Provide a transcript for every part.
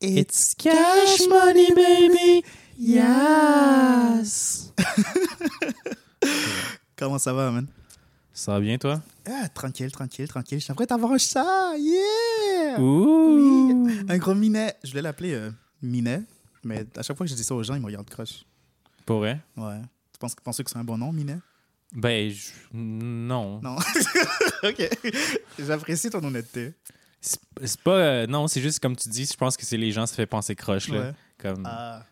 It's cash money, baby. Yes. Comment ça va, man? Ça va bien, toi? Ah, tranquille, tranquille, tranquille. J'aimerais t'avoir un chat. Yeah! Ouh. Un gros minet. Je voulais l'appeler euh, minet, mais à chaque fois que je dis ça aux gens, ils me regardent croche. Pour vrai? Ouais. Tu penses, pensez que c'est un bon nom, minet? Ben, je- non. Non. ok. J'apprécie ton honnêteté. C'est c'est pas. euh, non, c'est juste comme tu dis, je pense que c'est les gens, ça fait penser croche, là. Ouais. Comme. Ah.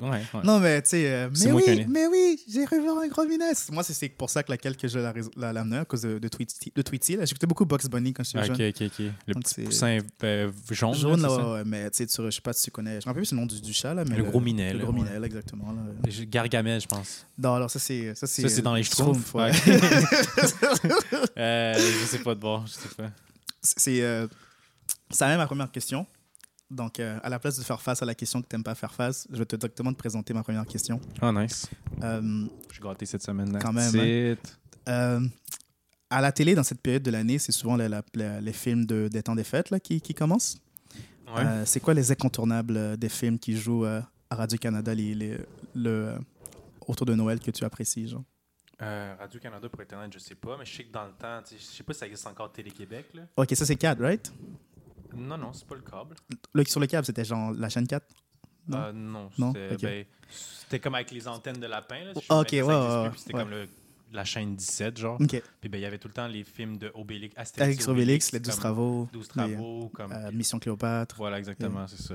Ouais, Mm. ouais. Non, mais tu sais, euh, C'est mais, moi qui oui, connais. mais oui, j'ai revu un gros minet. Moi, c'est c'est pour ça que laquelle que je la rais- la- l'amenais à cause de, de, Tweety, de Tweety. là. J'écoutais beaucoup Box Bunny quand j'étais jeune. Ok, Ah, ok, ok. Le Donc, petit c'est- poussin euh, jaune. Jaune, là, là, c'est ça? ouais, ouais, mais tu sais, tu- je sais pas si tu connais. Je me rappelle plus c'est le nom du, du chat, là. Mais Le gros minet, Le là, gros ouais. minet, là, exactement. Là. Je- Gargamel, je pense. Non, alors ça, c'est. Ça, c'est euh, Ça, c'est dans les Schtroumpfs. ouais. Ok. Euh, je sais pas de bord, je sais pas. c'est. euh, ça même ma première question. Donc, euh, à la place de faire face à la question que t'aimes pas faire face, je vais te directement te présenter ma première question. Oh, nice. Euh, Je suis gâté cette semaine-là. Quand même, euh, à la télé, dans cette période de l'année, c'est souvent la- la- la- les films de, des temps des fêtes là, qui, qui commencent. Ouais. Euh, c'est quoi les incontournables euh, des films qui jouent euh, à Radio-Canada les, les- le, euh, autour de Noël que tu apprécies, genre? Euh, Radio-Canada, pour être honnête, je sais pas, mais je sais que dans le temps, tu sais, je sais pas si ça existe encore Télé-Québec. là. Ok, ça c'est 4, right? Non, non, c'est pas le câble. Le, sur le câble, c'était genre la chaîne 4. Non. Euh, non, Non, c'était ok. ben, c'était comme avec les antennes de lapin. Là, si je Oh, me ok, souviens, ouais, ça existe plus, ouais, ouais. puis C'était comme le- la chaîne 17, genre. Ok. Puis ben, il y avait tout le temps les films de Obélix. Ah, c'était Alex Obélix, les 12 comme travaux, 12 les, travaux, comme. euh, Mission Cléopâtre. Voilà, exactement, c'est ça.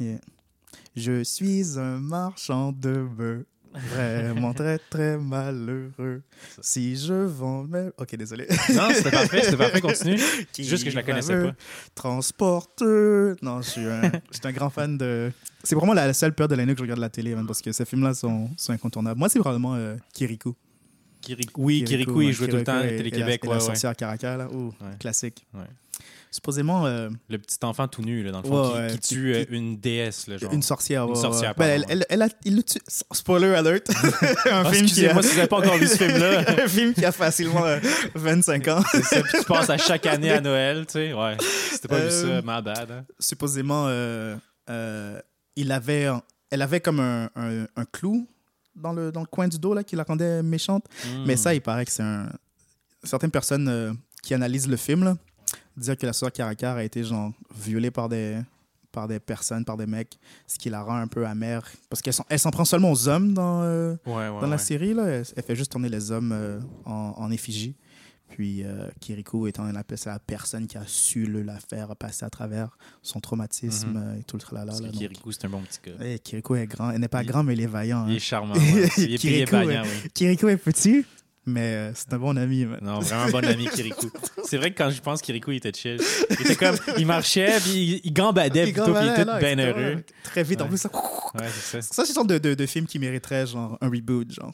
Yeah. Je suis un marchand de bœufs, vraiment très très malheureux. Ça. Si je vends mes... Ok, désolé. Non, c'était parfait, c'était parfait, continue. Qui Juste que je la connaissais va me pas. Transporteur. Non, je suis un, je suis un grand fan de... C'est vraiment la seule période de l'année que je regarde la télé, man, parce que ces films-là sont, sont incontournables. Moi, c'est probablement euh, Kirikou. Kirikou. Oui, Kirikou, il jouait tout le temps à Télé-Québec. La, ouais, ouais. sorcière Caracal, là. Ouh, Ouais. classique. Ouais. Supposément... euh, Le petit enfant tout nu, là, dans le Ouais, fond, qui, ouais, qui tue qui- euh, une déesse. Là, genre. Une sorcière. Une ouais, sorcière, ouais. Ben, elle, pardon, elle, elle a, il le tue. Spoiler alert. un Ah, film qui a... Excusez-moi si vous n'avez pas encore vu ce film-là. un film qui a facilement euh, 25 ans. C'est ça, puis tu passes à chaque année à Noël, tu sais. Ouais. Si t'as pas vu Euh, ça, my bad. hein. Supposément, euh, euh, il avait, elle avait comme un, un- un clou dans le, dans le coin du dos là, qui la rendait méchante. Hmm. Mais ça, il paraît que c'est un. Certaines personnes euh, qui analysent le film là, disent que la soeur Caracar a été genre violée par des par des personnes, par des mecs, ce qui la rend un peu amère. Parce qu'elle s'en- elle s'en prend seulement aux hommes dans, euh, Ouais, ouais, dans la ouais. série, là, elle, elle fait juste tourner les hommes euh, en, en effigie. Puis euh, Kiriko étant la, pe- la personne qui a su le, la faire passer à travers son traumatisme Mhm. euh, et tout le tralala. Parce que là, donc. Kirikou, c'est un bon petit gars. Eh, Kiriko est grand. Elle n'est pas Il- grand, mais elle est vaillant. Il hein. est charmant. ouais. Il est il est Kirikou, ouais. vaillant, oui. Kiriko est petit, mais euh, c'est un bon ami. man. Non, vraiment un bon ami, Kirikou. C'est vrai que quand je pense, Kirikou, il était chill. Il était comme, il marchait, puis il, il gambadait Il est plutôt, grand, puis il voilà, était là, bien exactement, heureux. là. Très vite, en Ouais. plus. Ça, Ouais, c'est ça. ça c'est le genre de, de, de film qui mériterait genre, un reboot. Genre.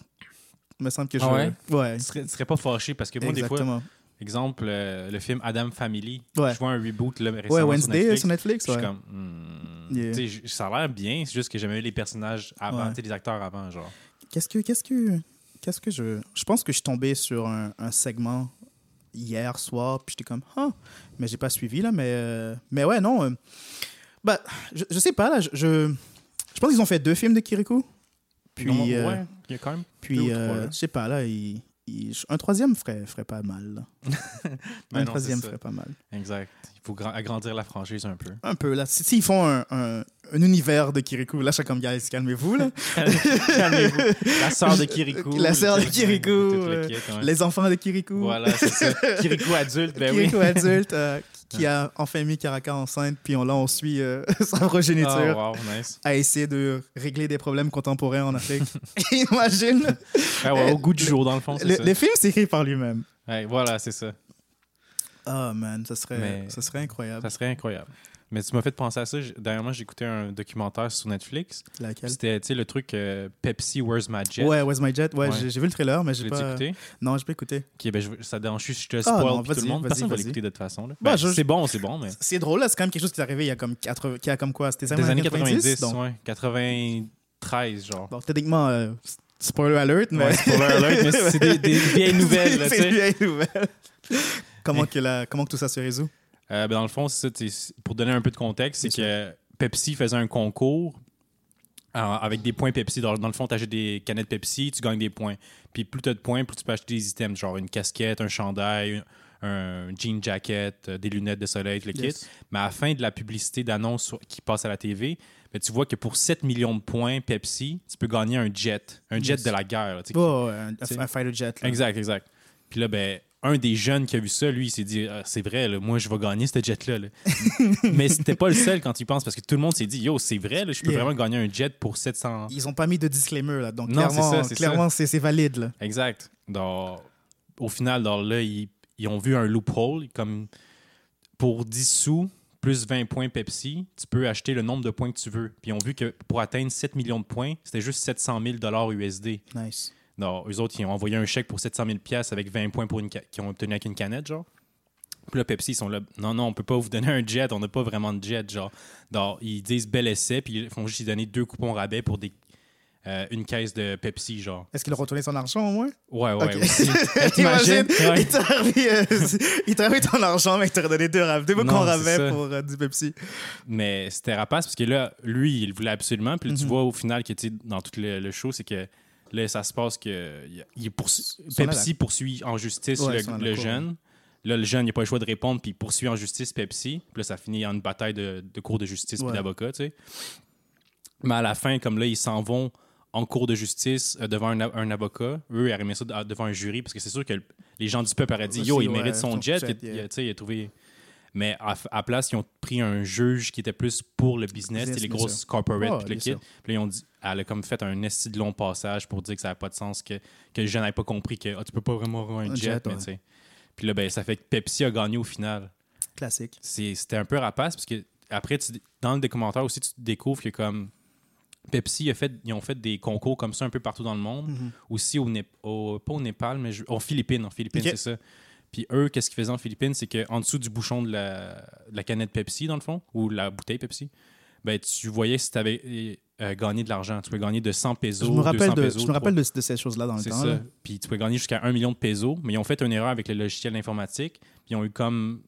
Il me semble que je. Ah ouais? Ouais. Tu serais, tu serais pas fâché parce que moi, des fois, Exactement. exemple, euh, le film Adam Family, Ouais. je vois un reboot là, récemment Ouais, sur Wednesday Netflix, sur Netflix. puis je suis ouais. comme, hmm, Yeah. tu sais, j- ça a l'air bien, c'est juste que j'aimais les personnages avant, Ouais. tu sais, les acteurs avant, genre. Qu'est-ce que, qu'est-ce que, qu'est-ce que je. Je pense que je suis tombé sur un, un segment hier soir, puis j'étais comme, ah, mais j'ai pas suivi là, mais, euh, mais ouais, non. euh, bah, je, je sais pas là, je, je, je pense qu'ils ont fait deux films de Kirikou, puis, Non, euh, ouais, il y a quand même. Deux ou puis trois, euh, là. je sais pas là, il- il- un troisième ferait, ferait pas mal. là. un Ben non, troisième c'est ça. ferait pas mal. Exact. Il faut gra- agrandir la franchise un peu. Un peu là. Si- S'ils font un, un- un univers de Kirikou, là, je suis comme, guys, calmez-vous là. Calmez-vous. La sœur de Kirikou. La sœur de tout le- Kirikou, tout le euh, kit, ouais. Les enfants de Kirikou. Voilà, c'est ça. Kirikou adulte, ben oui. Kirikou adulte euh, qui a enfin mis Caraca enceinte, puis on, là, on suit euh, sa progéniture Oh, wow, nice. à essayer de régler des problèmes contemporains en Afrique. Imagine! Ah ouais, au goût du jour, dans le fond, c'est Le, ça. le film s'écrit par lui-même. Ouais, voilà, c'est ça. Oh man, ça serait, Mais- ça serait incroyable. Ça serait incroyable. Mais tu m'as fait penser à ça. J'ai- Dernièrement, j'ai écouté un documentaire sur Netflix. Laquelle? C'était, tu sais, le truc euh, Pepsi, Where's My Jet? Ouais, Where's My Jet? Ouais, Ouais. j'ai- j'ai vu le trailer, mais j'ai L'as-tu pas... écouté? Non, j'ai pas écouté. Ok, ben, je, ça dérange, je te Ah, spoil non, puis tout vas-y, le monde. vas-y, Personne va vas-y. l'écouter de toute façon. là. Bah, Ben, je- C'est bon, c'est bon, mais. C'est drôle, là, c'est quand même quelque chose qui est arrivé il y a comme, 80 qui a comme quoi? C'était Des années 90, ouais. 93, genre. Bon, techniquement, euh, spoiler alert, mais... Ouais, spoiler alert, mais c'est des, des vieilles nouvelles, là, tu C'est sais. une vieille nouvelle. comment, que la- comment que tout ça se résout? Euh, ben, dans le fond, c'est ça, t'sais, c'est- pour donner un peu de contexte, c'est que Pepsi faisait un concours euh, avec des points Pepsi. Dans, dans le fond, tu achètes des canettes Pepsi, tu gagnes des points. Puis plus tu as de points, plus tu peux acheter des items, genre une casquette, un chandail, un jean jacket, euh, des lunettes de soleil, le Yes. kit. Mais à la fin de la publicité d'annonce sur- qui passe à la TV, ben, tu vois que pour 7 millions de points Pepsi, tu peux gagner un jet, un jet Yes. de la guerre. là, tu sais, Pas euh, un, C'est- un fighter jet. là. Exact, exact. Puis là, ben, un des jeunes qui a vu ça, lui, il s'est dit Ah, c'est vrai, là, moi, je vais gagner cette jet-là. là. Mais c'était pas le seul quand il pense, parce que tout le monde s'est dit yo, c'est vrai, là, je peux Yeah. vraiment gagner un jet pour 700. Ils ont pas mis de disclaimer là, donc Non, c'est clairement, ça, c'est clairement, c'est c'est valide là. Exact. Dans- Au final, dans là, ils, ils ont vu un loophole. Comme pour 10 sous plus 20 points Pepsi, tu peux acheter le nombre de points que tu veux. Puis ils ont vu que pour atteindre 7 millions de points, c'était juste 700 000 USD. Nice. Non, eux autres, ils ont envoyé un chèque pour 700 000 pièces avec 20 points pour une ca- qu'ils ont obtenu avec une canette, genre. Puis là, Pepsi, ils sont là. Non, non, on peut pas vous donner un jet. On n'a pas vraiment de jet, genre. Donc, ils disent bel essai, puis ils font juste y donner deux coupons rabais pour des, euh, une caisse de Pepsi, genre. Est-ce qu'il a retourné son argent au moins Ouais, ouais, Ok. aussi. T'imagines? Imagine, Ouais. il t'a remis, euh, il t'a remis ton argent, mais il t'a redonné deux, ra- deux bons Non, qu'on c'est avait ça. pour euh, du Pepsi. Mais c'était rapace parce que là, lui, il voulait absolument. Puis là, tu Mhm. vois au final que tu sais, dans tout le, le show, c'est que là, ça se passe que il- il poursu- Ils sont Pepsi poursuit en justice Ouais, ils sont à le, la le cour, jeune. Là, le jeune, il n'a pas le choix de répondre, puis il poursuit en justice Pepsi. Puis là, ça finit en une bataille de, de cours de justice Ouais. puis d'avocats, tu sais. Mais à la fin, comme là, ils s'en vont en cours de justice euh, devant un, a- un avocat. Eux, ils arrivaient ça de- devant un jury, parce que c'est sûr que le- les gens du peuple auraient dit Aussi, Yo, il ouais, mérite son son jet. jet, il- il- yeah. tu sais, il a trouvé. Mais à, à place, ils ont pris un juge qui était plus pour le business, Business, tu sais, les bien grosses Ouais, corporates, puis le bien kit. sûr. Puis là, ils ont dit, elle a comme fait un esti de long passage pour dire que ça n'a pas de sens, que, que les gens n'avaient pas compris que ah, tu peux pas vraiment avoir un, Un jet. jet, mais ouais. tu sais. Puis là, ben, ça fait que Pepsi a gagné au final. Classique. C'est- C'était un peu rapace, parce que après, tu- dans le documentaire aussi, tu découvres que comme Pepsi, a fait, ils ont fait des concours comme ça un peu partout dans le monde Mm-hmm. aussi au, Nép- au- pas au Népal, mais je- en Philippines. En Philippines, Ok. c'est ça. Puis eux, qu'est-ce qu'ils faisaient en Philippines? C'est qu'en dessous du bouchon de la, de la canette Pepsi, dans le fond, ou la bouteille Pepsi, ben, tu voyais si tu avais gagné de l'argent. Tu pouvais gagner de 100 pesos, Je me rappelle 200 de, pesos, je me rappelle de, de ces choses-là dans le c'est temps. ça. là. Puis tu peux gagner jusqu'à 1 million de pesos, mais ils ont fait une erreur avec le logiciel informatique. Puis ils ont eu comme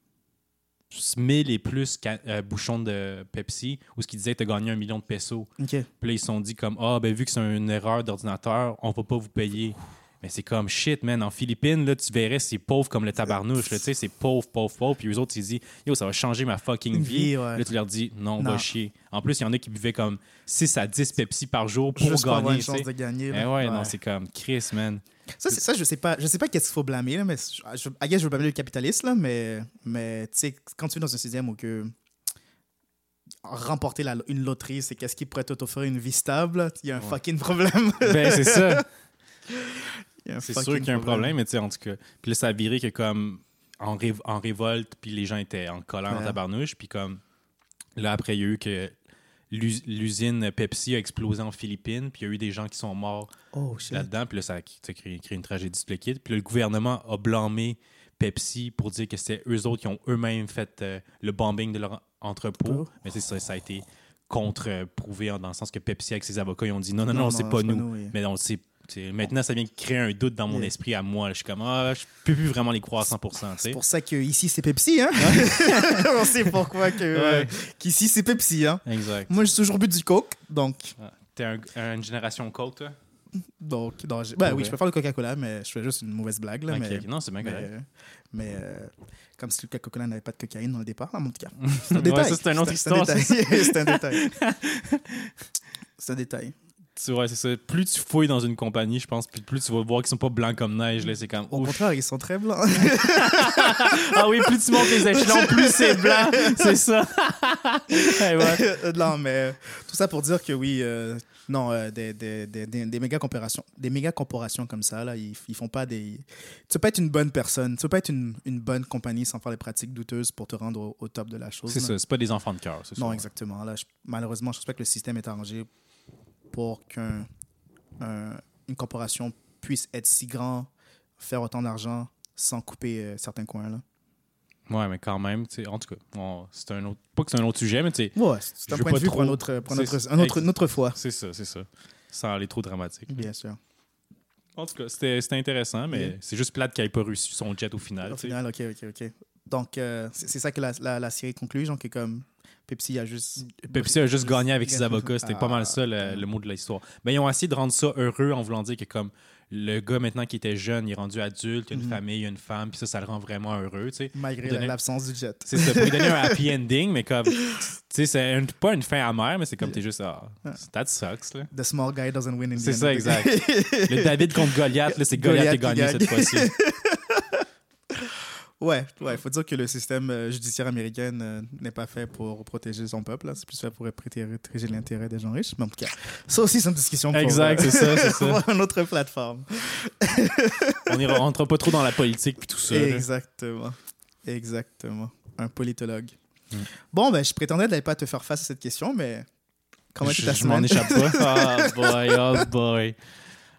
1000 et plus ca- euh, bouchons de Pepsi, où ce qu'ils disaient, tu as gagné 1 million de pesos. Ok. Puis là, ils se sont dit comme Ah, ben vu que c'est une erreur d'ordinateur, on va pas vous payer. Mais c'est comme shit, man. En Philippines, là, tu verrais, c'est pauvre comme le tabarnouche. là. Tu sais, c'est pauvre, pauvre, pauvre. Puis eux autres, ils disent Yo, ça va changer ma fucking Une vie. vie, ouais. Là, tu leur dis Non, on va Non. chier. En plus, il y en a qui buvaient comme 6 à 10 Pepsi par jour pour Juste pour avoir gagner. une tu sais. chance de gagner. Eh là. ouais, Ouais. non, c'est comme Chris, man. Ça, c'est- ça, je sais pas, je sais pas qu'est-ce qu'il faut blâmer, là, mais je, ah, je, I guess je veux blâmer le capitaliste, là, mais, mais tu sais, quand tu es dans un système où que remporter la- une loterie, c'est qu'est-ce qui pourrait t'offrir une vie stable, il y a un Ouais. fucking problème. Ben, c'est ça. Il y a un C'est fucking sûr qu'il y a un problème, mais tu sais, en tout cas. Puis là, ça a viré que comme en, rév- en révolte, puis les gens étaient en colère, en Ouais. tabarnouche. Puis comme là, après, il y a eu que l'us- l'usine Pepsi a explosé en Philippines, puis il y a eu des gens qui sont morts Oh, shit. là-dedans. Puis là, ça a tu sais, créé, créé une tragédie tout le kit. Puis là, le gouvernement a blâmé Pepsi pour dire que c'était eux autres qui ont eux-mêmes fait euh, le bombing de leur entrepôt. Oh. Mais tu sais, ça, ça a été contre-prouvé hein, dans le sens que Pepsi, avec ses avocats, ils ont dit non, non, non, c'est pas nous. oui. Mais on sait. tu sais, Maintenant, ça vient créer un doute dans mon Yeah. esprit à moi. Je suis comme, ah, je peux plus vraiment les croire à 100%. tu sais. C'est pour ça qu'ici, c'est Pepsi, hein? On sait pourquoi que, euh, Ouais. qu'ici, c'est Pepsi, hein? Exact. Moi, j'ai toujours bu du Coke, donc... Ah, T'es un- une génération Coke, toi? donc non, j'ai- ben, Ouais. oui, je préfère le Coca-Cola, mais je fais juste une mauvaise blague, là, Ok, mais... ok. Non, c'est bien Mais, correct. euh, mais, euh, comme si le Coca-Cola n'avait pas de cocaïne dans le départ, en tout cas. C'est un Ouais, détail. ça, c'est une autre C'est un histoire, détail. C'est un détail. C'est un détail. euh, Tu vois, c'est ça. Plus tu fouilles dans une compagnie, je pense, puis plus tu vas voir qu'ils sont pas blancs comme neige. là. C'est comme, oh, Au ouf. contraire, ils sont très blancs. ah oui, plus tu montes les échelons, plus c'est blanc. C'est ça. Eh ouais. non, mais euh, tout ça pour dire que oui, euh, non, euh, des, des, des, des, des méga corporations, des méga corporations comme ça, là, ils, ils font pas des. Tu peux pas être une bonne personne, tu peux pas être une, une bonne compagnie sans faire des pratiques douteuses pour te rendre au, au top de la chose. C'est là. ça, c'est pas des enfants de cœur. c'est Non, ça. exactement. Là, je- malheureusement, je suspecte que le système est arrangé pour qu'une corporation puisse être si grand, faire autant d'argent sans couper euh, certains coins. Là. Ouais, mais quand même, tu sais, en tout cas, on- c'est un autre. Pas que c'est un autre sujet, mais tu sais, Ouais, c'est Je un veux point de pas vue pour, trop- un autre, pour un c'est- autre, un autre, une autre fois. c'est ça, c'est ça. Sans aller trop dramatique. Bien sûr. En tout cas, c'était c'était intéressant, mais Yeah. c'est juste plate qu'il n'ait pas reçu son jet au final. Au tu sais. final, ok, ok, ok. Donc, euh, c'est c'est ça que la, la- la série conclut, genre, que comme Pepsi a juste. Pepsi a juste gagné avec ses gagné. avocats. C'était pas mal ça Ah, le, le mot de l'histoire. Mais ils ont essayé de rendre ça heureux en voulant dire que comme le gars maintenant qui était jeune, il est rendu adulte, il a une Mhm. famille, il a une femme, puis ça, ça le rend vraiment heureux, tu sais. Malgré Donner- l'absence du jet. C'est ça, pour lui donner un happy ending, mais comme, tu sais, c'est un- pas une fin amère, mais c'est comme, t'es juste, ah, that sucks, là. The small guy doesn't win in the C'est end ça, of the exact. day. Le David contre Goliath, là, c'est Goliath, qui a Goliath qui gagné cette gagne. fois-ci. Ouais, ouais, faut dire que le système euh, judiciaire américain euh, n'est pas fait pour protéger son peuple. là. C'est plus fait pour protéger l'intérêt des gens riches. Mais en tout cas, ça aussi, c'est une discussion pour, Exact, euh, c'est ça, c'est ça. pour une autre plateforme. On ne rentre pas trop dans la politique puis tout ça. là. Exactement. Exactement. Un politologue. Mm. Bon, ben, je prétendais d'aller pas te faire face à cette question, mais comment je était ta je m'en semaine? échappe pas. Oh boy, oh boy.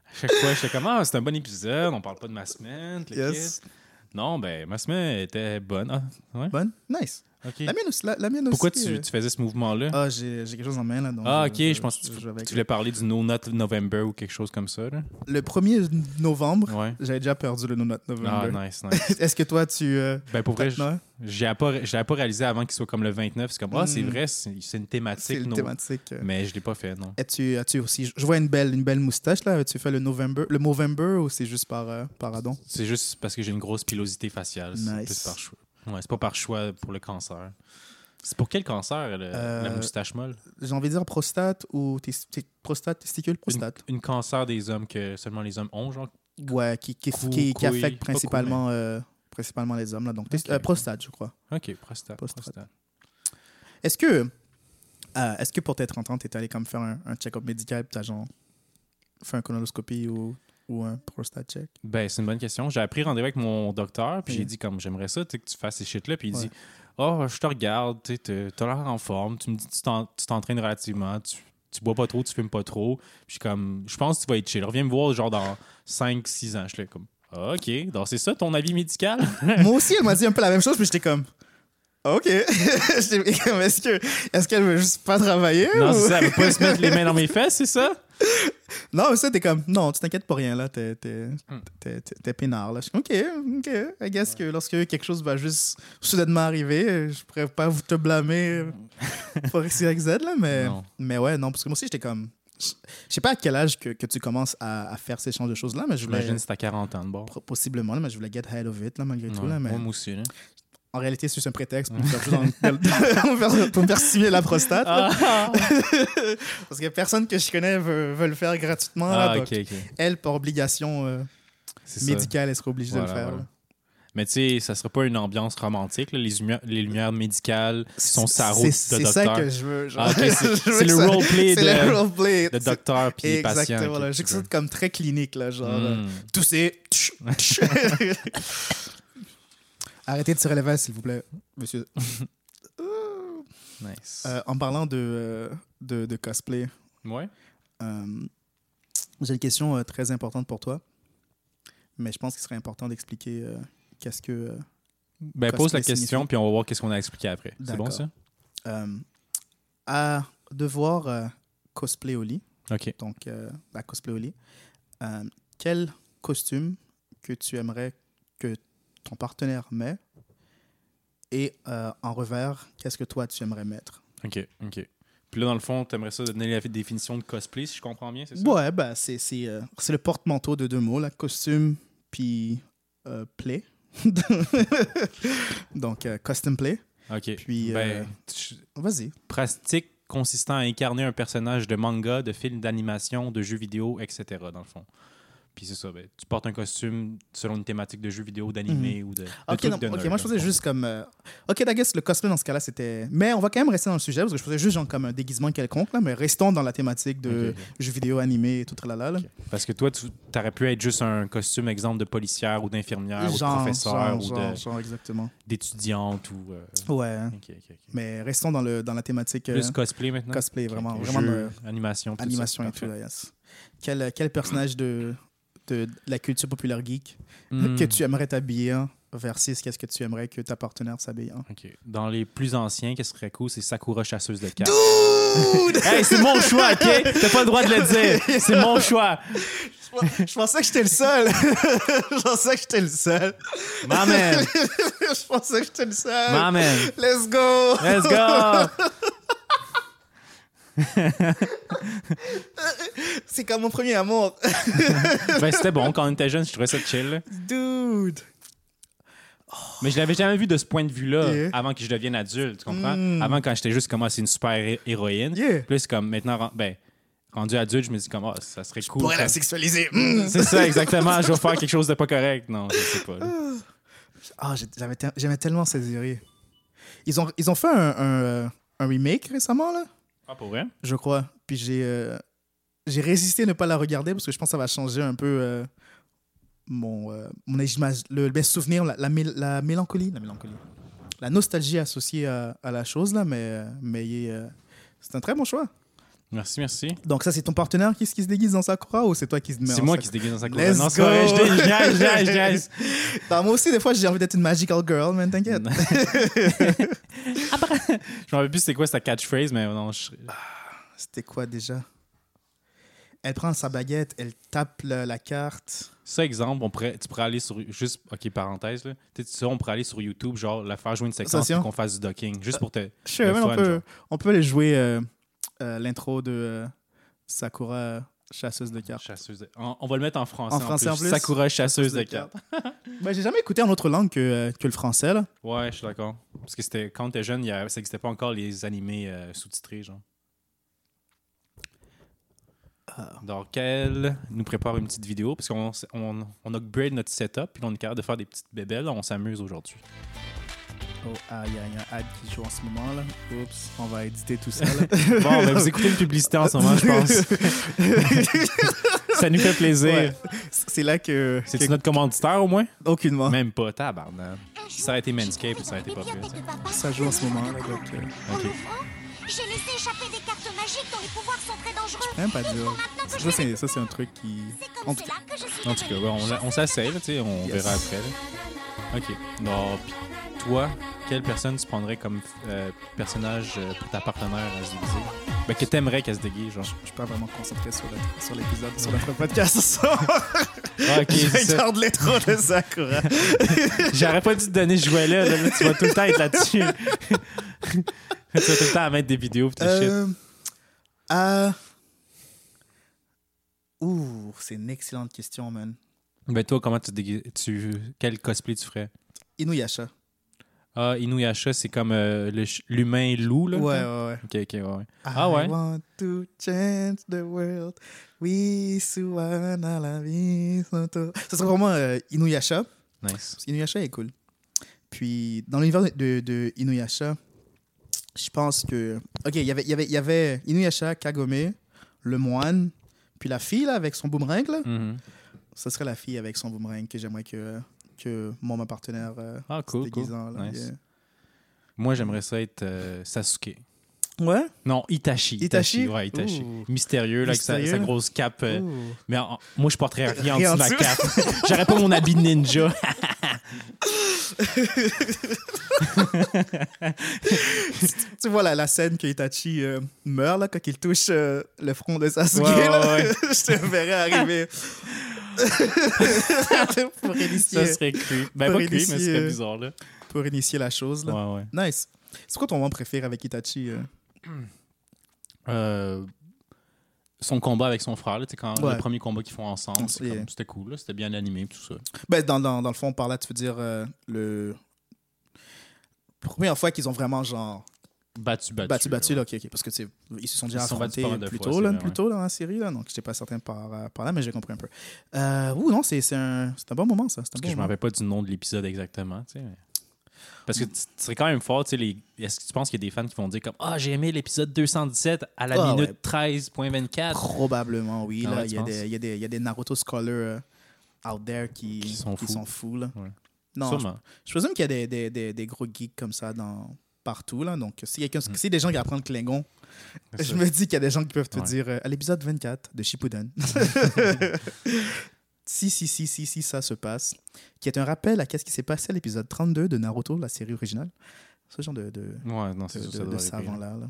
À chaque fois, j'étais comme, ah, c'est un bon épisode, on parle pas de ma semaine. les Yes. kids. Non, ben, ma semaine était bonne. Ah, ouais, Bonne? Nice. ok. La mienne aussi. La, la mienne Pourquoi aussi, tu, euh, tu faisais ce mouvement-là? Ah, j'ai j'ai quelque chose en main, là. donc Ah, ok, je pense que je vais avec. Tu voulais parler du No Not November ou quelque chose comme ça, là? Le 1er novembre, Ouais. j'avais déjà perdu le No Not Ah, November. nice, nice. Est-ce que toi, tu... euh, Ben, pour vrai, je Non, je l'avais pas, je l'avais pas réalisé avant qu'il soit comme le 29. C'est comme, ah, c'est Mm. vrai, c'est c'est une c'est thématique, le no- thématique. euh. Mais je l'ai pas fait, non. As-tu as-tu aussi... Je vois une belle, une belle moustache, là. As-tu fait le November, le Movember ou c'est juste par, euh, par adon? C'est juste parce que j'ai une grosse pilosité faciale. C'est Nice. plus par choix. Ouais, c'est pas par choix pour le cancer. C'est pour quel cancer, le- Euh, la moustache molle J'ai envie de dire prostate ou... tes- tes- prostate, testicule, prostate. Une cancer des hommes que seulement les hommes ont, genre. Ouais, qui, qui, Cou- qui- qui couille, affecte pas couille, principalement, euh, principalement les hommes. Là, donc, test- Ok. euh, prostate, je crois. Ok, prostate. Prostate. prostate. Est-ce que, euh, est-ce que pour tes 30 ans, tu allé comme faire un, un check-up médical tu as genre fait un colonoscopie ou, ou un prostate check Ben, c'est une bonne question. J'ai appris rendez-vous avec mon docteur, puis j'ai Mm. dit, comme, j'aimerais ça, tu sais, que tu fasses ces shit-là. Puis il Ouais. dit, oh, je te regarde, tu sais, t'es- t'as l'air en forme, tu me dis, tu t'en- tu t'entraînes relativement, tu, tu bois pas trop, tu fumes pas trop. Puis je suis comme, je pense que tu vas être chill. Reviens me voir, genre, dans 5-6 ans. Je suis là, comme, Ah, OK, donc c'est ça ton avis médical? Moi aussi, elle m'a dit un peu la même chose, puis j'étais comme. Ok. J'étais comme, est-ce que est-ce qu'elle veut juste pas travailler non, ou- c'est ça, elle veut pas se mettre les mains dans mes fesses, c'est ça? Non, mais ça t'es comme non, tu t'inquiètes pour rien là, t'es t'es Hmm. t'es- t'es- t'es peinard là. Je suis comme, ok, ok. I guess que lorsque quelque chose va juste soudainement arriver, euh, je pourrais pas vous te blâmer euh, pour X Y, Z là, mais Non. mais ouais non parce que moi aussi j'étais comme je je sais pas à quel âge que, que tu commences à, à faire ces genres de choses là, mais je voulais J'imagine que c'est à 40 ans de bord. pro- possiblement là, mais je voulais get ahead of it là malgré tout Ouais, là, mais Moi, moi aussi, là. en réalité c'est juste un prétexte pour me faire, juste en- pour me faire- pour me faire stimuler la prostate. Ah, là. Parce que personne que je connais veut, veut le faire gratuitement. là, Ah, donc, OK, OK. Elle, par obligation euh, C'est ça. médicale, elle serait obligée de Voilà, le faire. voilà. là. Mais tu sais, ça serait pas une ambiance romantique, là, les, lumières, les lumières médicales, son C'est- sarreau c'est- de C'est docteur. ça que je veux. genre. Ah, ok, c'est- Je veux c'est le ça. roleplay C'est le de- roleplay. Le docteur puis les patients. Exactement. là. ok, J'ai que tu ça comme très clinique, là, genre. peux. euh, Hmm. Tout c'est. Arrêtez de tirer les vestes, s'il vous plaît, monsieur. Nice. Euh, en parlant de, euh, de, de cosplay, ouais. euh, j'ai une question euh, très importante pour toi. Mais je pense qu'il serait important d'expliquer euh, qu'est-ce que. euh, Ben, pose la cosplay question, signifie- puis on va voir qu'est-ce qu'on a expliqué après. C'est bon, D'accord. ça? euh, à devoir euh, cosplay au lit, OK. donc euh, à cosplay au lit, euh, quel costume que tu aimerais que ton partenaire met et euh, en revers, qu'est-ce que toi tu aimerais mettre OK. OK. Puis là, dans le fond, t'aimerais ça donner la définition de cosplay, si je comprends bien, c'est ça? Ouais, bah, c'est c'est, euh, c'est le porte-manteau de deux mots, là, costume puis euh, play. donc euh, costume play. OK. Puis, ben, euh, tu- Vas-y. pratique consistant à incarner un personnage de manga, de film d'animation, de jeux vidéo, etc., dans le fond. Puis c'est ça, ben, tu portes un costume selon une thématique de jeux vidéo, d'animé ou de, de Mhm. Ah, Ok, trucs non, de ok, nerd, moi je dans faisais le fond. juste comme. euh, Ok, I guess le cosplay dans ce cas-là c'était. Mais on va quand même rester dans le sujet parce que je faisais juste genre comme un déguisement quelconque là, mais restons dans la thématique de Ok, jeux vidéo, animé et tout tralala. Là. Parce que toi, tu aurais pu être juste un costume, exemple, de policière ou d'infirmière ou de Genre, professeur genre, ou genre, de- genre, exactement. d'étudiante ou... euh, Ouais, hein. ok, ok, ok. mais restons dans, le, dans la thématique euh, Plus cosplay maintenant? cosplay, Ok, vraiment, ok. vraiment Jeux, euh, animation, tout ça, animation et parfait. tout. Là, yes. euh, quel, quel personnage de, de la culture populaire geek Hmm. que tu aimerais t'habiller hein, vers 6, qu'est-ce que tu aimerais que ta partenaire s'habille en? OK. Dans les plus anciens, qu'est-ce qui serait cool? C'est Sakura chasseuse de cartes. Dude! Hey, c'est mon choix, OK? T'as pas le droit de le dire. C'est mon choix. Je pensais que j'étais le seul. Je pensais que j'étais le seul. My man. Je pensais que j'étais le seul. My man. Let's go! Let's go. C'est comme mon premier amour. Ben, c'était bon. Quand on était jeune, je trouvais ça chill. Dude! Mais je l'avais jamais vu de ce point de vue-là Yeah. avant que je devienne adulte, tu comprends? Mm. Avant, quand j'étais juste comme, ah, c'est une super hé- héroïne. Yeah. Plus comme, maintenant, ren- ben, rendu adulte, je me dis comme, ah, ça serait cool. Pourrait la comme- sexualiser. Mm. C'est ça, exactement. Je vais faire quelque chose de pas correct. Non, je sais pas. là. Ah, j'ai- j'avais te- j'aimais tellement cette série. Ils ont, ils ont fait un, un, euh, un remake récemment, là, Ah, pour vrai? je crois. Puis j'ai euh, j'ai résisté à ne pas la regarder parce que je pense que ça va changer un peu euh, mon, euh, mon imag- le, le souvenir, la, la mél- la mélancolie, la mélancolie, la nostalgie associée à, à la chose là, mais euh, mais il est, euh, c'est un très bon choix. Merci, merci. Donc ça, c'est ton partenaire qui, se- qui se déguise en Sakura ou c'est toi qui se mets C'est en Sakura? moi qui se déguise dans sa cour. Let's Non, c'est pas vrai, go. je dé- je niaise, je niaise, je niaise. Non, moi aussi, des fois, j'ai envie d'être une magical girl, man, t'inquiète. Non. Je me rappelle plus c'est quoi sa catchphrase, mais non, je... C'était quoi déjà Elle prend sa baguette, elle tape la, la carte. ça exemple, on pourrait, tu pourrais aller sur juste ok parenthèse là, tu sais, ça on pourrait aller sur YouTube genre la faire jouer une séquence Sensation. pour qu'on fasse du docking, juste pour te. Sure, Le man, fun, on, peut, genre. on peut aller jouer euh, euh, l'intro de euh, Sakura euh, chasseuse de cartes. Chasseuse. de- On, on va le mettre en français. En français, en plus. Sakura chasseuse de cartes. Ben, j'ai jamais écouté en autre langue que, euh, que le français. Là. Ouais, je suis d'accord. Parce que c'était quand t'es jeune, il y a- ça n'existait pas encore les animés euh, sous-titrés genre. Ah. Donc elle nous prépare une petite vidéo parce qu'on s- on, on upgrade notre setup puis on est capable de faire des petites bébelles. On s'amuse aujourd'hui. Oh, ah, il y, a- il y a un ad qui joue en ce moment. Là. Oups, on va éditer tout ça. là. Bon, ben, vous écoutez une publicité en ce moment, je pense. Ça nous fait plaisir. Ouais. C'est là que. C'est que- notre commanditaire au moins? Aucunement. Même pas, tabarnak. Si ça a été Manscaped, ça a été pas pire. tu sais. Ça joue en ce moment. Là, donc, euh, Ok. J'ai laissé échapper des cartes magiques dont les pouvoirs sont très dangereux. même pas dire. Maintenant que je Ça, les c'est ça, c'est un truc qui. c'est En comme tout cela que je suis En tout cas, ouais, on, la- on s'asseye, là, tu sais, on Yes. verra après. là. Ok. Non, pis toi, quelle personne tu prendrais comme euh, personnage euh, pour ta partenaire à se déguiser? Ben, que t'aimerais qu'elle se déguise, genre. Je suis pas vraiment concentré sur la- sur l'épisode, sur notre podcast. ça. Ah, ok, Je c'est ça. regarde les trop de Sakura. J'aurais pas dû te donner ce jouet-là, là, là, tu vas tout le temps être là-dessus. tu vas tout le temps à mettre des vidéos pis tout le shit. Euh, euh, Ouh, c'est une excellente question, man. Ben, toi, comment tu te déguises? Tu... Quel cosplay tu ferais? Inuyasha. Ah, Inuyasha, c'est comme euh, le ch- l'humain loup, là? Ouais, le temps? ouais, ouais. Ok, ok, ouais, ouais. Ah ouais? I want to change the world. Oui, Suwana la vie. Santo. Ça serait vraiment euh, Inuyasha. Nice. Parce qu'Inuyasha est cool. Puis, dans l'univers de, de- de Inuyasha, je pense que. Ok, il y avait- il y, avait, il y avait Inuyasha, Kagome, le moine, puis la fille là, avec son boomerang. Là. Mhm. Ce serait la fille avec son boomerang que j'aimerais que, que moi, ma partenaire. euh, Ah, se cool, cool. déguise en, là. Nice. Yeah. Moi, j'aimerais ça être euh, Sasuke. Ouais? Non, Itachi. Itachi? Ouais, Itachi. Ouh. Mystérieux, là, avec sa- sa, Mystérieux. grosse cape. euh, Ouh. mais en- moi, je porterais rien en Rien dessous en de ma dessous. cape. J'aurais pas mon habit de ninja. Tu vois la, la scène que Itachi euh, meurt là, quand il touche euh, le front de Sasuke. Ouais, ouais, là. ouais. je te verrais arriver. pour, initier, Ça serait cru. Ben, Pour pas cru, mais initier, ce serait euh, bizarre, là. pour initier la chose. Là. Ouais, ouais. Nice. C'est quoi ton moment préféré avec Itachi euh? Euh, son combat avec son frère, là, tu sais, quand Ouais. le premier combat qu'ils font ensemble, c'est Yeah. comme- c'était cool, là, c'était bien animé, tout ça. ben, dans, dans, dans le fond, par là, tu veux dire euh, le. Première fois qu'ils ont vraiment genre Battu, battu. battu, battu, là. là, ok, ok, parce que tu sais, ils se sont déjà Ils se sont battus affrontés pas mal de plus fois, tôt, c'est là, vrai, plus ouais. tôt dans la série, là, donc j'étais pas certain par, euh, par là, mais j'ai compris un peu. Euh, ouh, non, c'est c'est un, c'est un bon moment, ça. c'est Un bon Parce que je ne me moment. rappelle pas du nom de l'épisode exactement. tu sais, mais- Parce Mm. que tu tu serais quand même fort. tu sais, Les... Est-ce que tu penses qu'il y a des fans qui vont dire comme Ah, j'ai aimé l'épisode 217 à la Ah, minute ouais. 13.24 Probablement, oui. Ah là, ouais, il, tu y a penses? des, il, y a des, il y a des Naruto scholars euh, out there qui, Qui sont fous. fous, là. Ouais. Non, Sûrement. Je, je présume qu'il y a des, des, des, des gros geeks comme ça dans, partout. Là. Donc, si, quelqu'un- Mm. si des gens qui apprennent Klingon, C'est je ça. euh, me dis qu'il y a des gens qui peuvent te Ouais. dire euh, à l'épisode 24 de Shippuden. Si, si, si, si, si, ça se passe, qui est un rappel à qu'est-ce qui s'est passé à l'épisode 32 de Naruto, la série originale. Ce genre de, de, Ouais, non, Ah, c'est de, sûr, de- ça de doit arriver, hein. là.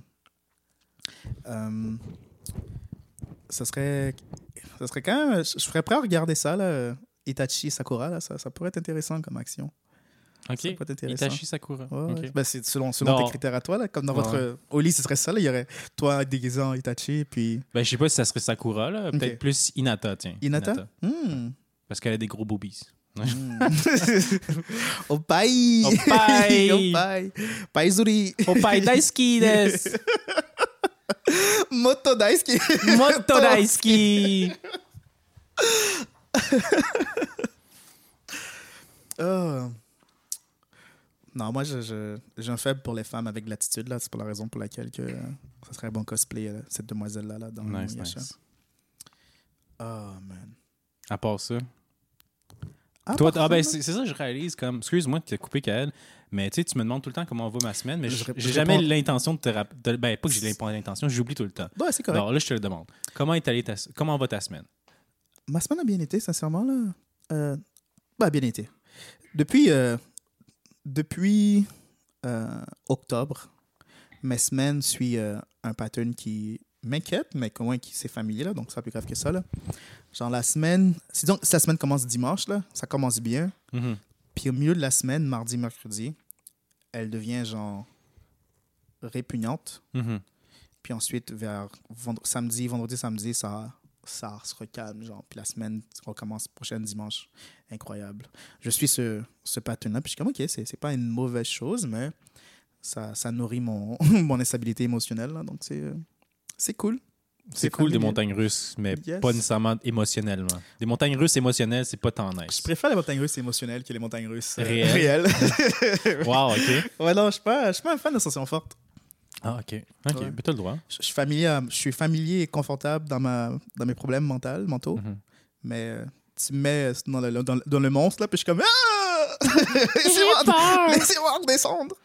savant-là. là. Euh, ça, serait, ça serait quand même. Je je serais prêt à regarder ça, là. Itachi et Sakura, là, ça, ça pourrait être intéressant comme action. Ça Ok. pourrait être intéressant. Itachi Sakura. Ouais, ouais. Ok. Ben, c'est selon, selon Non. tes critères à toi, là. Comme dans Ouais. votre. Au lit, ce serait ça, là. Il y aurait toi déguisé en Itachi, puis Ben, je sais pas si ça serait Sakura, là. Peut-être Ok. plus Inata, tiens. Inata. Hmm. Parce qu'elle a des gros boobies. oh, bye! Oh, bye! oh, bye! Bye, Zuri! Opai daisuki desu! Moto Daisuke! Motto daisuki! Oh. Non, moi, je- je- j'ai un faible pour les femmes avec de l'attitude, là. C'est pour la raison pour laquelle que, euh, ça serait un bon cosplay, euh, cette demoiselle-là, là, dans Nice, Inuyasha. nice. Oh, man. À part ça. Ah, Toi, par ah, ben, contre, c'est c'est ça que je réalise. comme Excuse-moi de te couper, Kael, mais tu sais, tu me demandes tout le temps comment va ma semaine, mais Je j- rép- j'ai je jamais réponds- l'intention de te rappeler. Ben, pas que j'ai l'imp- l'intention, j'oublie tout le temps. Ouais, c'est correct. Alors là, je te le demande. Comment, est allée ta... comment va ta semaine? Ma semaine a bien été, sincèrement. Là. Euh, bah, bien été. Depuis, euh, depuis euh, octobre, mes semaines suivent euh, un pattern qui m'inquiète, mais au moins qui s'est familier, là, donc c'est pas plus grave que ça. Là. Genre la semaine, si donc la semaine commence dimanche, là, ça commence bien. Mhm. Puis au milieu de la semaine, mardi, mercredi, elle devient genre répugnante. Mhm. Puis ensuite, vers vendre- samedi, vendredi, samedi, ça, ça se recalme. Genre. Puis la semaine recommence prochaine dimanche. Incroyable. Je suis ce, ce pattern-là. Puis je suis comme, OK, c'est c'est pas une mauvaise chose, mais ça, ça nourrit mon, mon instabilité émotionnelle. là. donc c'est euh, c'est cool. C'est cool familier. des montagnes russes, mais Yes. pas nécessairement émotionnellement. Des montagnes russes émotionnelles, c'est pas tant nice. Je préfère les montagnes russes émotionnelles que les montagnes russes euh, Réelles. réelles. Wow, ok. ouais, non, je suis pas, je suis pas un fan de sensations fortes. Ah, ok. Ok, Ouais. mais t'as le droit. Je je suis familier, à- je suis familier et confortable dans, ma, dans mes problèmes mentaux, mentaux. Mhm. mais euh, tu me mets euh, dans le, dans, le- dans le monstre, là, puis je suis comme Ah Laissez-moi laissez-moi redescendre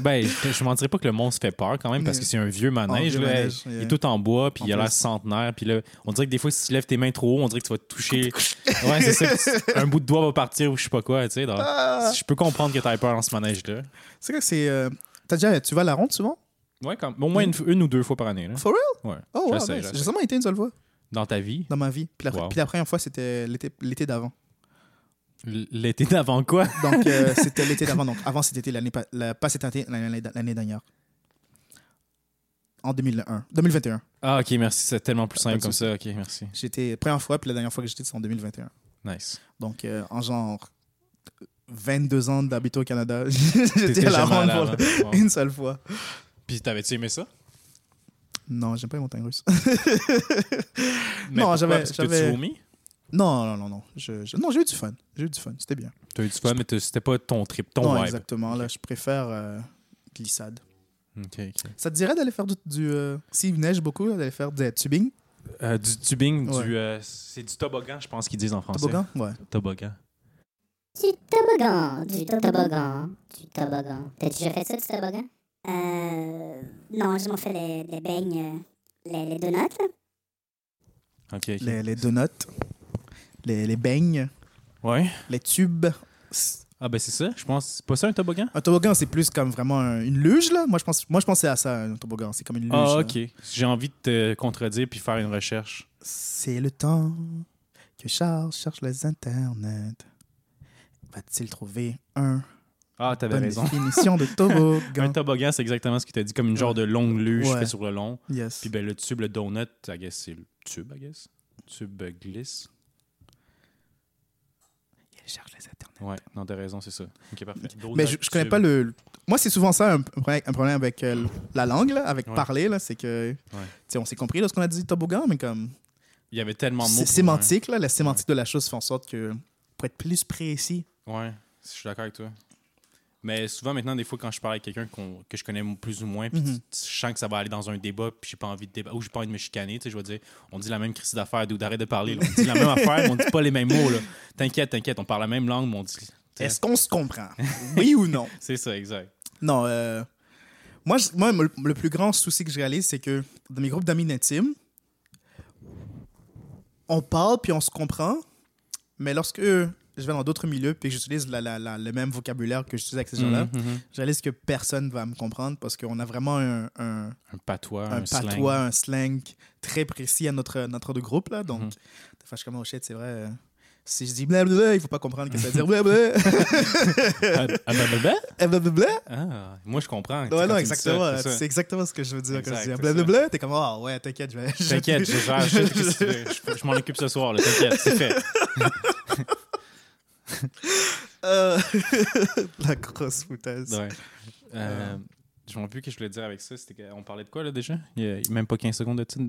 Ben, je, je mentirais pas que le monde se fait peur quand même parce que c'est un vieux manège. Mm. Un vieux là. manège, il yeah. est tout en bois, puis En il a l'air plus. centenaire. Puis là, on dirait que des fois, si tu lèves tes mains trop haut, on dirait que tu vas te toucher. ouais, c'est ça. tu- Un bout de doigt va partir ou je sais pas quoi. Tu sais, donc, Ah! Je peux comprendre que t'as peur dans ce manège-là. C'est vrai que c'est. euh, T'as déjà. Tu vas à la ronde souvent Ouais, quand, au moins une, Mm. une ou deux fois par année. Là. For real Ouais. Oh, wow, J'essaie, nice. J'ai j'essaie. seulement été une seule fois Dans ta vie, dans ma vie. Puis la, Wow. puis la première fois, c'était l'été l'été d'avant. l- l'été d'avant quoi? Donc, euh, c'était l'été d'avant. Donc, avant cet été, l'année pas, la- pas cet été, l'année l'année dernière. En 2001. 2021. Ah, ok, merci. C'est tellement plus Pas simple de comme ça. Ok, merci. J'étais. Première fois, puis la dernière fois que j'étais, c'était en 2021. Nice. Donc, euh, en genre 22 ans d'habiter au Canada, j'étais à la jamais ronde allé pour avant. Wow. une seule fois. Puis t'avais-tu aimé ça? Non, j'aime pas les montagnes russes. Mais Non, pourquoi? j'avais- Parce que tu j'avais- vomi? non, non, non, non. Je, je- non, j'ai eu du fun. J'ai eu du fun. C'était bien. T'as eu du fun, mais t- c'était pas ton trip, ton non, vibe. exactement. Là, je préfère euh, glissade. Ok, ok. Ça te dirait d'aller faire du. du euh, S'il neige beaucoup, là, d'aller faire des tubing, Euh, du tubing, Ouais. du, euh, c'est du toboggan, je pense qu'ils disent en français. toboggan Ouais. Toboggan. Du toboggan, du toboggan, du toboggan. T'as déjà fait ça, du toboggan? Euh, non, je m'en fais les, les beignes, euh, les, les donuts. là. Ok, ok. Les, les donuts, les, les beignes, Ouais. les tubes. C'est- Ah, ben c'est ça, je pense. C'est pas ça un toboggan? Un toboggan, c'est plus comme vraiment un- une luge, là. Moi, je, pense, moi, je pensais à ça, un toboggan. C'est comme une luge. Ah, là. ok. J'ai envie de te contredire puis faire une recherche. C'est le temps que Charles cherche les internets. Va-t-il trouver un Ah, t'avais bonne raison. définition de toboggan? Un toboggan, c'est exactement ce que t'as dit, comme une genre de longue luge Ouais. faite sur le long. Yes. Puis ben le tube, le donut, I guess c'est le tube, I guess. Tube euh, glisse. Il cherche les internets. Ouais, non, t'as raison, c'est ça. Ok, parfait. Mais je, je connais pas le. le- Moi, c'est souvent ça un, un problème un problème avec euh, la langue, là, avec Ouais. parler, là, c'est que. tu sais, On s'est compris là, ce qu'on a dit toboggan, mais comme. Il y avait tellement de mots. C'est pour- sémantique, là, la sémantique de la chose fait en sorte que. Pour être plus précis. Ouais, je suis d'accord avec toi. Mais souvent, maintenant, des fois, quand je parle avec quelqu'un qu'on- que je connais plus ou moins, puis Mhm. tu- tu- je sens que ça va aller dans un débat, puis j'ai pas envie de débat, ou j'ai pas envie de me chicaner, tu sais, je vais dire, on dit la même crise d'affaires, d'où d'arrêt de parler, là. on dit la même affaire, mais on dit pas les mêmes mots, là. T'inquiète, t'inquiète, on parle la même langue, mais on dit. tu sais, Est-ce qu'on se comprend? Oui ou non? C'est ça, exact. Non, euh, moi, je- moi, le le plus grand souci que je réalise, c'est que dans mes groupes d'amis intimes, on parle puis on se comprend, Mais lorsque je vais dans d'autres milieux puis que j'utilise la- la- la- le même vocabulaire que j'utilise avec ces gens-là, Mhm, mhm. je réalise que personne va me comprendre parce qu'on a vraiment un, un, Un patois, un un, slang. patois, un slang très précis à notre, notre de groupe. Là, donc, Mhm. des fois, je suis comme, oh shit, c'est vrai. euh, Si je dis blablabla, il faut pas comprendre que ça veut dire blablabla. Ah, ah, bah, bah, bah? Eh, blablabla. Ah, moi, je comprends. Ouais, non, Quand tu dis ça, exactement. c'est ça. C'est exactement ce que je veux dire quand Exact, je dis c'est blablabla. T'es comme, oh ouais, t'inquiète, je vais. je- T'inquiète, je, gère, je, sais ce que tu veux. Je- je m'en occupe ce soir, là, t'inquiète, c'est fait. Euh, La grosse foutaise. Ouais. Euh, Je ne plus ce que je voulais dire avec ça. C'était que- on parlait de quoi, là, déjà? Il n'y a même pas 15 secondes de titre.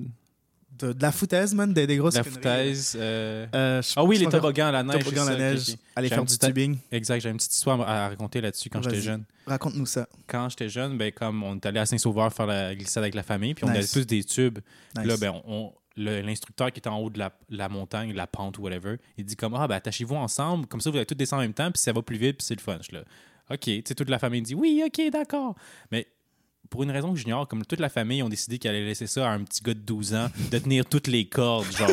De, de la foutaise, man, des, des grosses La conneries. foutaise. euh, Euh, je- Ah oui, je les préfère- toboggans à la neige. toboggans à la c'est ça, neige, ok, ok. aller J'ai faire une du petite- tubing. Exact, j'ai une petite histoire à à raconter là-dessus quand j'étais Vas-y. jeune. Raconte-nous ça. Quand j'étais jeune, ben, comme on est allé à Saint-Sauveur faire la glissade avec la famille, puis on Nice. avait tous des tubes. Puis Nice. Là, ben, on, on- le- l'instructeur qui était en haut de la, la montagne, de la pente ou whatever, il dit comme Ah, ben, attachez-vous ensemble, comme ça vous allez tous descendre en même temps, puis ça va plus vite, puis c'est le fun. Je suis là, OK. Tu sais, toute la famille dit Oui, OK, d'accord. Mais pour une raison que j'ignore, comme toute la famille ont décidé qu'elle allait laisser ça à un petit gars de 12 ans, de tenir toutes les cordes, genre.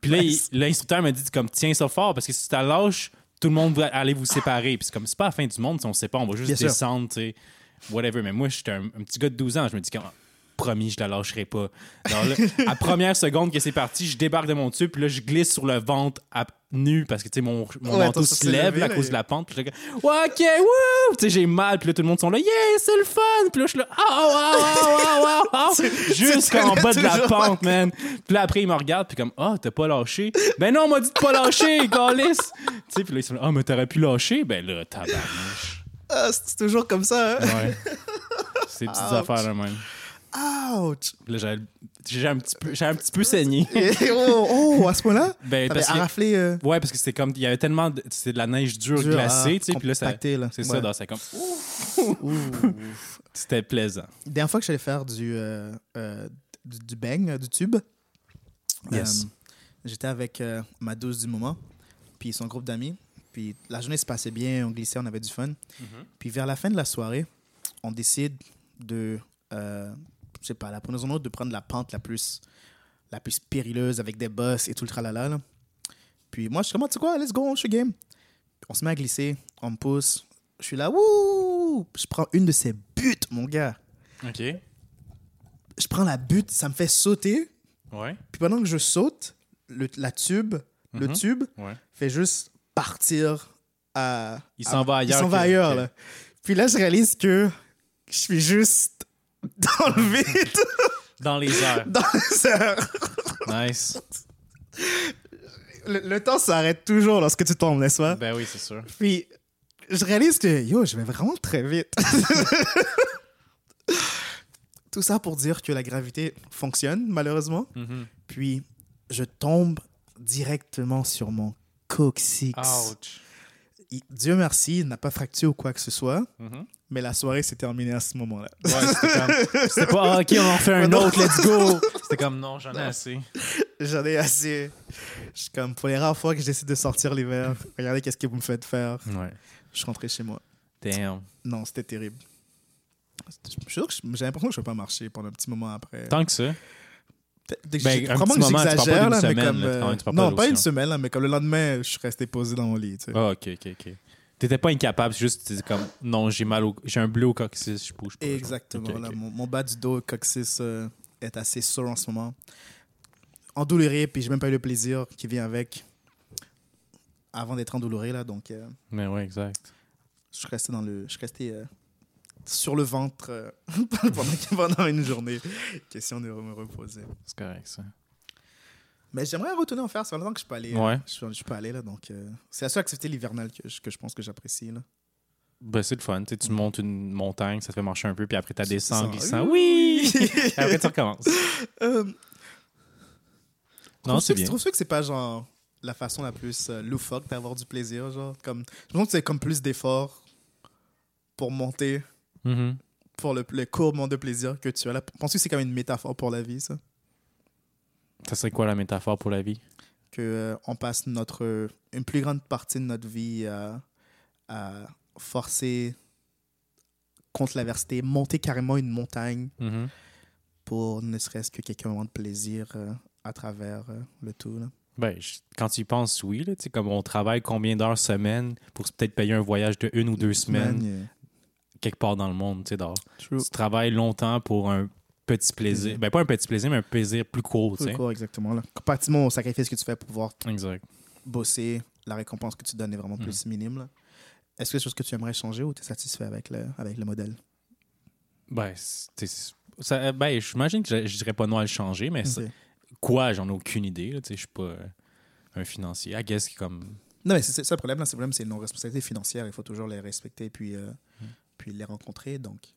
Puis là, il- l'instructeur m'a dit comme tiens ça fort parce que si tu la lâches, tout le monde va aller vous séparer. Puis c'est comme c'est pas la fin du monde si on se sépare, on va juste Bien sûr. descendre, tu sais. Whatever. Mais moi, j'étais un, un petit gars de 12 ans, je me dis comme Ah, promis, je la lâcherai pas. Alors là, à première seconde que c'est parti, je débarque de mon tube, puis là, je glisse sur le ventre à nu parce que tu sais, mon, mon Ouais, manteau attends, ça se s'est lève levé, à là, cause il- de la pente. Puis je suis comme, Ouais, ok, wouh! Tu sais, j'ai mal, puis là, tout le monde sont là, yeah, c'est le fun! Puis là, je suis là, ah, ah, ah, ah, ah, ah, ah. jusqu'en tenais bas de la toujours. pente, man. Puis là, après, il me regarde, puis comme, ah, t'as pas lâché. Ben non, on m'a dit de pas lâcher, Galis. Tu sais, puis là, ils sont là, ah, mais t'aurais pu lâcher. Ben là, tabarnouche. Ah, c'est toujours comme ça, hein? Ouais. Ces petites Ouch. affaires, là, même. Ouch! Puis là, j'avais- j'ai un petit peu, j'ai un petit peu saigné. Et- oh, oh, à euh, ce point-là? Ben, T'avais parce que- raflé Ouais, parce que c'était comme, il y avait tellement de, c'est de la neige dure, glacée, tu sais, puis là, ça. compacté, hein. là. C'est Ouais. ça, dans, ça comme, c'était plaisant. Dernière fois que j'allais faire du, euh, euh, du, du bang, euh, du tube, Yes. euh, j'étais avec euh, ma douce du moment, puis son groupe d'amis. Puis la journée se passait bien, on glissait, on avait du fun. Puis vers la fin de la soirée, on décide de, euh, je sais pas, la preneuse en autre, de prendre la pente la plus, la plus périleuse avec des bosses et tout le tralala. là. Puis moi, je suis comme, Ah, tu sais quoi, let's go, je suis game. On se met à glisser, on me pousse. Je suis là, wouh! Je prends une de ces buttes, mon gars OK. je prends la butte, ça me fait sauter. Ouais. Puis pendant que je saute, le, la tube, le Mhm. tube Ouais. fait juste partir à. Il à- s'en va ailleurs Il s'en va que- ailleurs, que- là. Puis là, je réalise que je suis juste dans le vide, Dans les airs. dans les airs. Nice. Le, le temps s'arrête toujours lorsque tu tombes, n'est-ce pas? Ben oui, c'est sûr. Puis je réalise que yo, je vais vraiment très vite. Tout ça pour dire que la gravité fonctionne, malheureusement. Mhm. Puis je tombe directement sur mon coccyx. Ouch. Il- Dieu merci, il n'a pas fracturé ou quoi que ce soit, Mhm. mais la soirée s'est terminée à ce moment-là. Ouais, c'était comme- c'était pas, Ah, OK, on en fait un Mais non. autre, let's go. C'était comme, non, j'en ai assez. J'en ai assez. Je suis comme pour les rares fois que j'essaie de sortir l'hiver. Regardez qu'est-ce que vous me faites faire. Ouais. Je suis rentré chez moi. Damn. Non, c'était terrible. Je suis sûr que je- j'ai l'impression que je ne peux pas marcher pendant un petit moment après. Tant que ça. Peut-être- dès que Ben, j'ai- un probablement petit que moment, tu parles pas j'exagère, d'une là, mais semaine, comme. là, euh, quand même, tu parles pas non, de pas une l'océan. semaine, là, mais comme le lendemain, je suis resté posé dans mon lit. tu sais. Ah, OK, OK, OK. T'étais pas incapable, c'est juste t'es comme, non, j'ai mal au... J'ai un bleu au coccyx, je bouge pas. genre. Exactement. Ok, là, ok. Mon, mon bas du dos, coccyx, euh, est assez sore en ce moment. Endouluré, puis j'ai même pas eu le plaisir qui vient avec avant d'être endouluré, là. Donc, euh, Mais ouais, exact. je suis resté dans le. Je suis resté. euh, sur le ventre euh, pendant, pendant une journée. Question de me reposer. C'est correct, ça. Mais j'aimerais retourner en faire. Ça fait longtemps que je suis pas allé. euh, Ouais. Je, suis- je suis pas allé là, donc euh, c'est la seule activité hivernale que, je- que je pense que j'apprécie là. Ben, c'est le fun. Tu sais, tu Mm. montes une montagne, ça te fait marcher un peu, puis après, t'as des sangs sens- glissants. Oui! après, tu recommences. Euh, Non, Trouves-tu c'est que- bien. Trouves-tu que c'est pas genre la façon la plus euh, loufoque d'avoir du plaisir, genre comme je pense que c'est comme plus d'efforts pour monter Mhm. pour le, le court moment de plaisir que tu as là. Penses-tu que c'est comme une métaphore pour la vie ça Ça serait quoi la métaphore pour la vie? que euh, on passe notre une plus grande partie de notre vie à, à forcer contre l'adversité, monter carrément une montagne Mhm. pour ne serait-ce que quelques moments de plaisir euh, à travers euh, le tout. là. Ben, je- quand tu y penses, oui. Là, tu sais, comme on travaille combien d'heures semaine pour se- peut-être payer un voyage de une ou deux semaines Man, yeah. quelque part dans le monde. Tu, sais, dehors. True. tu travailles longtemps pour un petit plaisir. Plaisir. Ben, pas un petit plaisir, mais un plaisir plus court. tu Plus sais. court, exactement. Là. Comparativement au sacrifice que tu fais pour pouvoir Exact. bosser, la récompense que tu donnes est vraiment Mm. plus minime. là. Est-ce que c'est quelque chose que tu aimerais changer ou tu es satisfait avec le, avec le modèle Ben, c'est- c'est- ça- ben, j'imagine que je, je dirais pas non à le changer, mais ça- Ok. quoi, j'en ai aucune idée. là, tu sais, Je suis pas euh, un financier. I guess que comme. Non, mais c'est c'est ça le problème. Là, c'est le problème, c'est nos responsabilités financières. Il faut toujours les respecter et puis, euh, Mm. puis les rencontrer. Donc, tu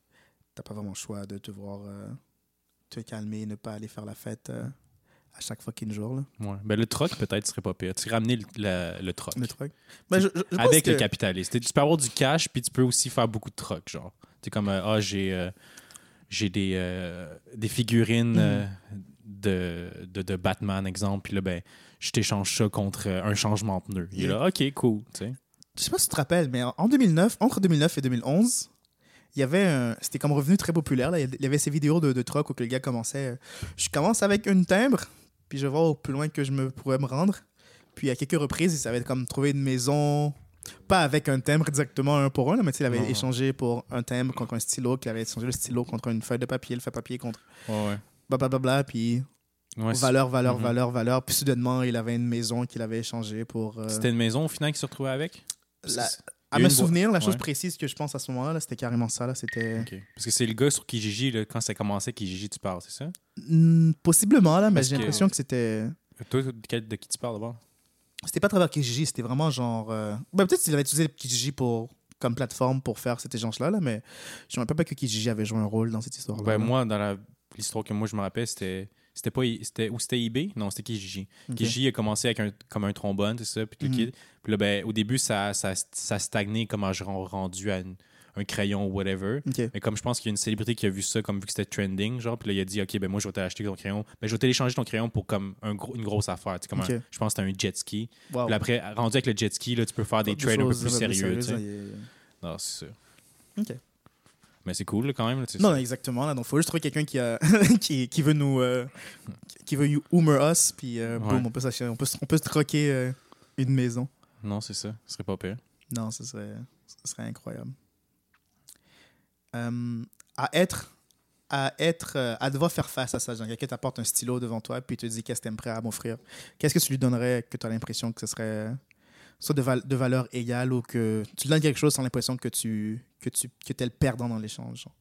n'as pas vraiment le choix de devoir euh, te calmer, ne pas aller faire la fête euh, à chaque fucking jour. Là. ouais. Ben, le troc, peut-être, serait pas pire. Tu ramener le, la- le troc. Le truc. Ben, je, je- je pense avec que- le capitaliste. Tu- Tu peux avoir du cash, puis tu peux aussi faire beaucoup de troc, genre. Tu comme, euh, ah, j'ai euh, j'ai des, euh, des figurines euh, de, de, de Batman, exemple, puis là, ben, je t'échange ça contre euh, un changement de pneu. Il est là, OK, cool, tu sais. Je sais pas si tu te rappelles, mais en- en 2009, entre 2009 et 2011, il y avait un- c'était comme revenu très populaire. là. Il y avait ces vidéos de, de troc où que le gars commençait. euh, je commence avec une timbre, puis je vais au plus loin que je me pourrais me rendre. Puis à quelques reprises, ça avait comme trouvé une maison, pas avec un timbre exactement un pour un, là, mais tu sais, il avait Non. échangé pour un timbre contre un stylo, qu'il avait échangé le stylo contre une feuille de papier, le feuille de papier contre Ouais, ouais. blablabla, puis Ouais, c- valeur, valeur, Mhm. valeur, valeur. Puis soudainement, il avait une maison qu'il avait échangée pour. euh, C'était une maison au final qui se retrouvait avec? La- Parce que c'est- À Il y a me une voie- souvenir, la chose ouais. précise que je pense à ce moment-là, là, c'était carrément ça. là, C'était OK. Parce que c'est le gars sur Kijiji, là, quand ça commençait, Kijiji, tu parles, c'est ça? Hmm, possiblement là, mais Parce j'ai que- l'impression que c'était. Toi, de quel- de qui tu parles d'abord? C'était pas à travers Kijiji, c'était vraiment genre. euh, ben, peut-être qu'il avait utilisé Kijiji pour comme plateforme pour faire cette échange-là, là, mais je me rappelle pas que Kijiji avait joué un rôle dans cette histoire-là. Ben, là. moi, dans la- l'histoire que moi je me rappelle, c'était. C'était pas. C'était, ou c'était eBay? Non, c'était Kijiji. Ok. Kijiji a commencé avec un, comme un trombone, c'est ça, puis tout le Mhm. kit. Puis là, ben, au début, ça, ça, ça stagnait comme un genre rendu à une- un crayon ou whatever. Ok. Mais comme je pense qu'il y a une célébrité qui a vu ça, comme vu que c'était trending, genre, puis là, il a dit, OK, ben moi, je vais t'acheter ton crayon. Ben, je vais téléchanger ton crayon pour comme un gros- une grosse affaire. tu sais, Comme Ok. un- je pense que c'était un jet ski. Wow. Puis après, rendu avec le jet ski, là, tu peux faire des trades un peu choses plus sérieux. tu sais. sérieuses, là, Non, c'est sûr. Ok. Mais c'est cool là, quand même. là, c'est il- Non, ça. non, exactement. Là, donc, faut juste trouver quelqu'un qui, a... qui, qui veut nous. euh, qui veut you humor us, puis euh, Ouais. boum, on peut, s'acheter- on, peut, se- on peut se troquer euh, une maison. Non, c'est ça. Ce serait pas pire. Non, ce serait, ce serait incroyable. Euh, à être, à être, euh, à devoir faire face à ça, genre quelqu'un t'apporte un stylo devant toi puis il te dit qu'est-ce que t'aimes prêt à m'offrir. Qu'est-ce que tu lui donnerais que tu as l'impression que ce serait soit de, val- de valeur égale ou que tu lui donnes quelque chose sans l'impression que tu que tu que t'es le perdant dans l'échange. genre.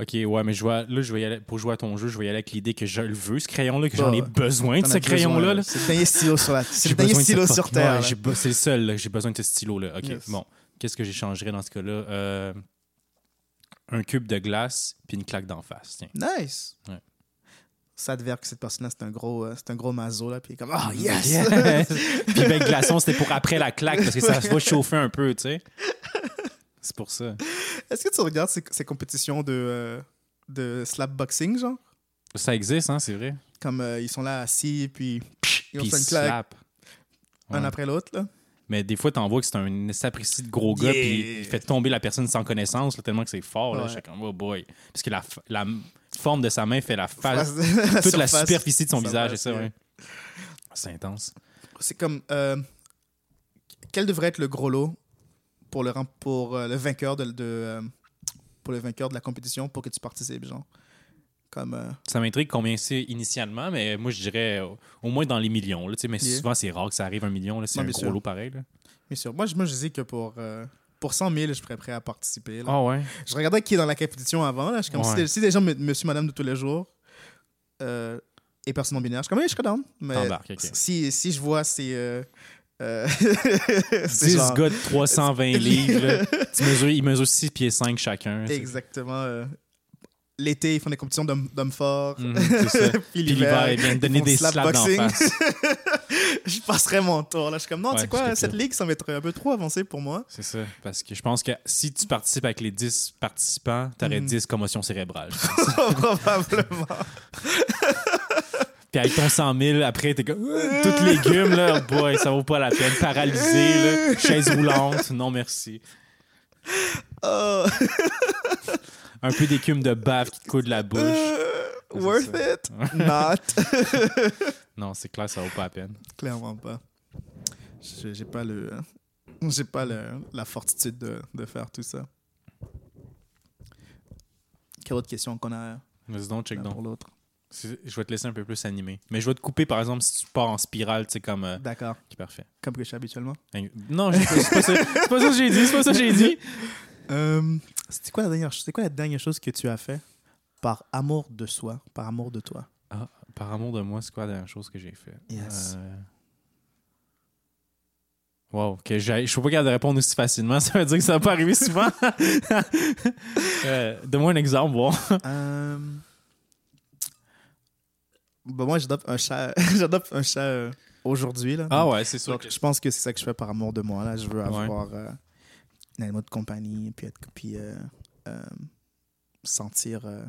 Ok, ouais, mais je vois, là, je vais y aller, pour jouer à ton jeu, je vais y aller avec l'idée que je le veux, ce crayon-là, que j'en ai Ouais. besoin de Bah, T'en ce as besoin, crayon-là. là. C'est le dernier stylo sur la c'est J'ai le dernier besoin de stylo cette sur fuck- terre. là. Ouais, j'ai be- c'est le seul, là, que j'ai besoin de ce stylo-là. Ok, Yes. bon. Qu'est-ce que j'échangerais dans ce cas-là Euh, Un cube de glace, puis une claque d'en face. Tiens. Nice. Ouais. Ça advert que cette personne-là c'est un gros euh, c'est un gros mazo là puis il est comme ah Mm. yes. puis ben, glaçon, c'était pour après la claque, parce que ça va chauffer un peu, tu sais. C'est pour ça. Est-ce que tu regardes ces, ces compétitions de, euh, de slapboxing, genre Ça existe, hein, c'est vrai. Comme euh, ils sont là assis, puis ils ont Puis fait une claque slap. un Ouais. après l'autre, là. Mais des fois, t'en vois que c'est un sapristi de gros gars, Yeah. puis il fait tomber la personne sans connaissance, là, tellement que c'est fort. Là, Ouais. J'étais comme, oh boy. Parce que la, f- la m- forme de sa main fait la face, Face- toute la surface. superficie de son visage, et Surface, yeah. ça, ouais. C'est intense. euh, C'est comme. euh, quel devrait être le gros lot pour le, rem- pour, euh, le vainqueur de, de, euh, pour le vainqueur de la compétition pour que tu participes, genre Comme. euh, Ça m'intrigue combien c'est initialement, mais moi, je dirais euh, au moins dans les millions. Là, tu sais, mais Yeah. souvent, c'est rare que ça arrive un million. là, C'est Non, un bien gros sûr. lot pareil. là. bien sûr. Moi, je me disais que pour. euh, pour 100 000, je serais prêt à participer. là. Ah ouais? Je regardais qui est dans la compétition avant. Là. Je suis comme, Ouais. si, des- si des gens, me- monsieur, madame de tous les jours, euh, et personne non binaire, je suis comme, oui, je serais down. Mais T'embarques, ok. si, si je vois, c'est. Euh, euh, 10 genre- gars de 320 livres. là. Tu mesures- ils mesurent 6 pieds 5 chacun. c'est- Exactement. euh, L'été, ils font des compétitions d'hommes d'hommes forts. Mhm, c'est ça. Puis Puis l'hiver, l'hiver, ils viennent ils donner font des slap slaps d'en boxing. face. je passerais mon tour. Là. Je suis comme, non, tu Ouais, sais je quoi, capte. cette ligue, ça va être un peu trop avancé pour moi. C'est ça. Parce que je pense que si tu participes avec les 10 participants, t'aurais Mhm. 10 commotions cérébrales. Probablement. Puis avec ton 100 000, après, t'es comme. euh, Toutes légumes, là. oh boy, ça vaut pas la peine. Paralysé, là. Chaise roulante. Non, merci. Oh. un peu d'écume de bave qui te coule de la bouche. Euh, C'est worth ça. it? Not. Non, c'est clair, ça vaut pas la peine. Clairement pas. Je- J'ai pas le. hein. J'ai pas le- la fortitude de, de faire tout ça. Quelle autre question qu'on a Vas-y donc, check l'un donc. pour l'autre? C'est- Je vais te laisser un peu plus animé. Mais je vais te couper, par exemple, si tu pars en spirale, tu sais, comme. euh, D'accord. qui est parfait. Comme que je fais habituellement. Hein, Non, je- c'est pas, ça- c'est pas ça que j'ai dit, c'est pas ça que j'ai dit. Euh, C'était quoi la dernière C'était quoi la dernière chose que tu as fait par amour de soi, par amour de toi Ah, par amour de moi, c'est quoi la dernière chose que j'ai fait? Yes. Euh, Wow, que j'ai- je suis pas capable de répondre aussi facilement. Ça veut dire que ça va pas arriver souvent. Euh, Donne-moi un exemple, bon. Euh, bah, moi, j'adopte un chat. j'adopte un chat euh, aujourd'hui là. Ah ouais, c'est sûr. Donc, je pense que c'est ça que je fais par amour de moi. Là. Je veux Ouais. avoir euh, un animal de compagnie, puis, être, puis euh, euh, sentir. euh,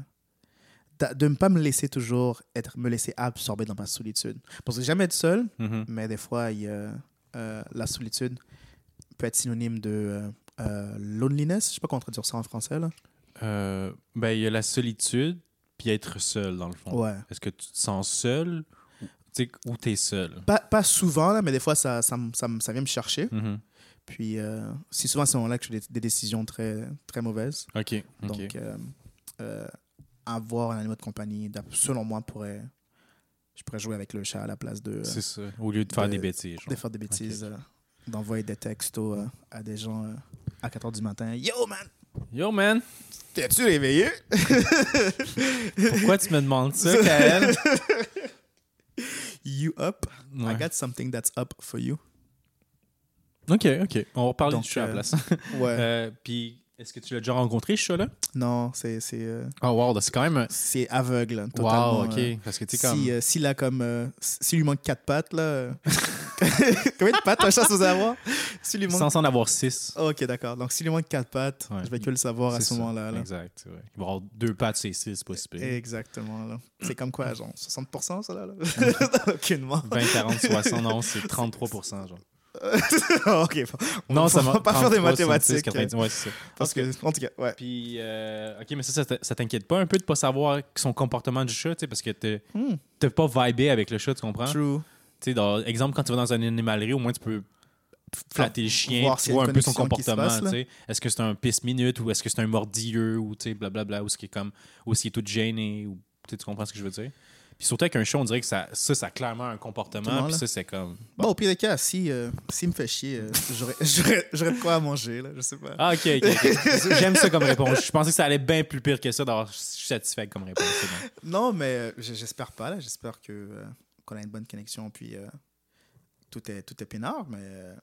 d'a- de ne pas me laisser toujours être, me laisser absorber dans ma solitude. Parce que jamais être seul, Mhm. mais des fois, il y a, euh, la solitude peut être synonyme de euh, euh, loneliness. Je ne sais pas comment traduire ça en français. Là. Euh, ben, il y a la solitude, puis être seul, dans le fond. Ouais. Est-ce que tu te sens seul ou- tu sais, ou t'es seul? Pas, pas souvent, là, mais des fois, ça, ça, me- ça, me- ça vient me chercher. Mhm. Puis, euh, c'est souvent à ce moment-là que je fais des, des décisions très, très mauvaises. OK. ok. Donc, euh, euh, avoir un animal de compagnie, d'ab- selon moi, pourrait, je pourrais jouer avec le chat à la place de, euh, c'est ça. Au lieu de faire de- des bêtises. genre. de faire des bêtises, euh, d'envoyer des textos euh, à des gens euh, à 4h du matin. Yo, man, Yo, man! t'es-tu réveillé? Pourquoi tu me demandes ça, Kael? You up? Ouais. I got something that's up for you. OK, OK. On va parler Donc, du chat à la euh, place. Ouais. Euh, puis, est-ce que tu l'as déjà rencontré, ce chat-là? Non, c'est c'est euh, Oh, wow, c'est quand même... c'est aveugle. là, totalement, Wow, OK. euh, Parce que si, tu sais, comme... euh, s'il a comme. euh, s'il lui manque quatre pattes, là. euh, Combien de pattes un chat sous avoir? S'il lui manque sans en avoir six. Ok, d'accord. Donc, s'il lui manque quatre pattes, Ouais. je vais que le savoir Ah, à C'est ce ça. moment-là. là. Exact, ouais. Il va avoir deux pattes, c'est six, c'est pas si pire. Exactement. là. C'est comme quoi, genre 60% ça là, là? Aucunement. 20, 40, 60, non, c'est 33 genre. ok, bon. On va- on va pas faire des 33, 76, mathématiques. 90, ouais, c'est ça. hein, Parce que, en tout cas, ouais. Puis, euh, OK, mais ça, ça t- ça t'inquiète pas un peu de pas savoir son comportement du chat, tu sais, parce que t'es- Hmm. t'as pas vibé avec le chat, tu comprends? Tu True. sais, dans- exemple, quand tu vas dans une animalerie, au moins tu peux f- flatter le chien, Voir tu s'il y a vois une un peu son connexion qui se comportement, passe, tu là. sais. Est-ce que c'est un pisse-minute ou est-ce que c'est un mordilleux ou, tu sais, blablabla, ou ce qui est comme, ou s'il est tout gêné, ou, tu sais, tu comprends ce que je veux dire? Puis surtout avec un chat, on dirait que ça, ça, ça a clairement un comportement, Exactement, puis là. ça, c'est comme... Bon, au pire des cas, si, euh, s'il me fait chier, euh, j'aurais- j'aurais j'aurais de quoi à manger, là, je sais pas. Ah, ok, ok. ok. J'aime ça comme réponse. Je pensais que ça allait bien plus pire que ça, d'avoir je suis satisfait comme réponse. c'est bon. Non, mais euh, j- j'espère pas, là. J'espère que, euh, qu'on a une bonne connexion, puis euh, tout, est, tout est peinard, mais euh,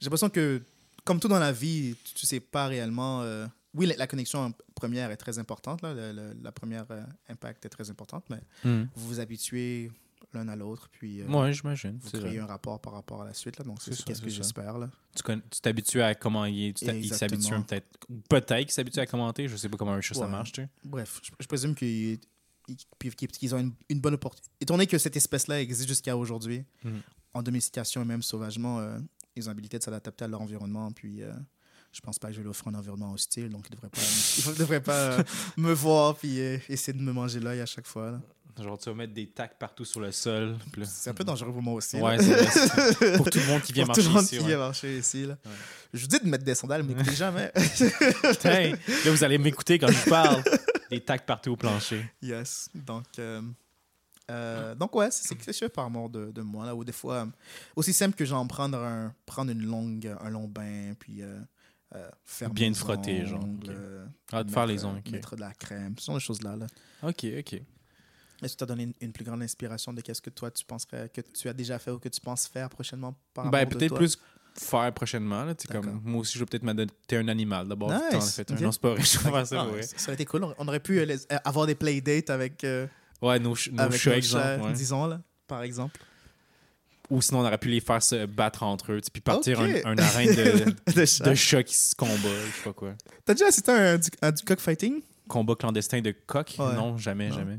j'ai l'impression que, comme tout dans la vie, tu, tu sais pas réellement... euh, oui, la, la connexion première est très importante, là, le- le- la première euh, impact est très importante, mais vous vous habituez l'un à l'autre, puis euh, Moi, j'imagine. vous c'est créez vrai. un rapport par rapport à la suite, là, donc c'est C'est ça, ce que c'est ça. j'espère, là. Tu connais- tu t'habitues à comment il est. tu t'a- Il Exactement. s'habitue un peut-être. ou Peut-être qu'il s'habitue à commenter. Je sais pas comment un chat ça Ouais. marche, tu sais. Bref, je, je présume qu'ils qu'ils- qu'ils- qu'ils ont une, une bonne opportunité. Étant donné que cette espèce-là existe jusqu'à aujourd'hui, Mhm. en domestication et même sauvagement, euh, ils ont l'habilité de s'adapter à leur environnement. Puis euh, je pense pas que je vais leur offrir un environnement hostile, donc ils devraient pas, ils devraient pas euh, me voir puis euh, essayer de me manger l'œil à chaque fois. là. Genre, tu vas mettre des tacs partout sur le sol. puis là- C'est un peu dangereux pour moi aussi. Ouais, là. c'est vrai, c'est- pour tout le monde qui vient Pour tout marcher le monde ici. qui ouais. vient marcher ici, là. Ouais. Je vous dis de mettre des sandales, mais écoutez jamais. Putain, là, vous allez m'écouter quand je parle. Des tacs partout au plancher. Yes. Donc, euh, Ah. euh, donc ouais, c'est c'est que je fais par mort de, de moi, là, où des fois, euh, aussi simple que genre prendre, un, prendre une longue, un long bain, puis euh, euh, faire Bien mes te frotter, genre, ongles, ok. euh, Ah, de mettre, faire les euh, ongles. ok. Mettre de la crème, ce genre de choses-là. Là. Ok, ok. Est-ce que tu as donné une, une plus grande inspiration de qu'est-ce que toi, tu penserais, que tu as déjà fait ou que tu penses faire prochainement par Ben, amour de peut-être toi? plus faire prochainement. Là, tu sais, D'accord. comme, moi aussi, je vais peut-être m'adopter un animal d'abord. Nice, T'en as fait un. ok. Non, c'est pas vrai. Je vais faire ça, Ah, ouais. ça aurait été cool. On- On aurait pu euh, les- euh, avoir des playdates avec, euh, Ouais, nos, ch- nos avec chats, nos exemple. chats, ouais. disons, là, par exemple. Ou sinon, on aurait pu les faire se battre entre eux. tu sais, Puis partir Ok. un, un arène de, De chat. de chats qui se combat. Je sais pas quoi. T'as déjà assisté à un, du- à du cockfighting? Combat clandestin de coq Ouais. Non, jamais, Non. jamais.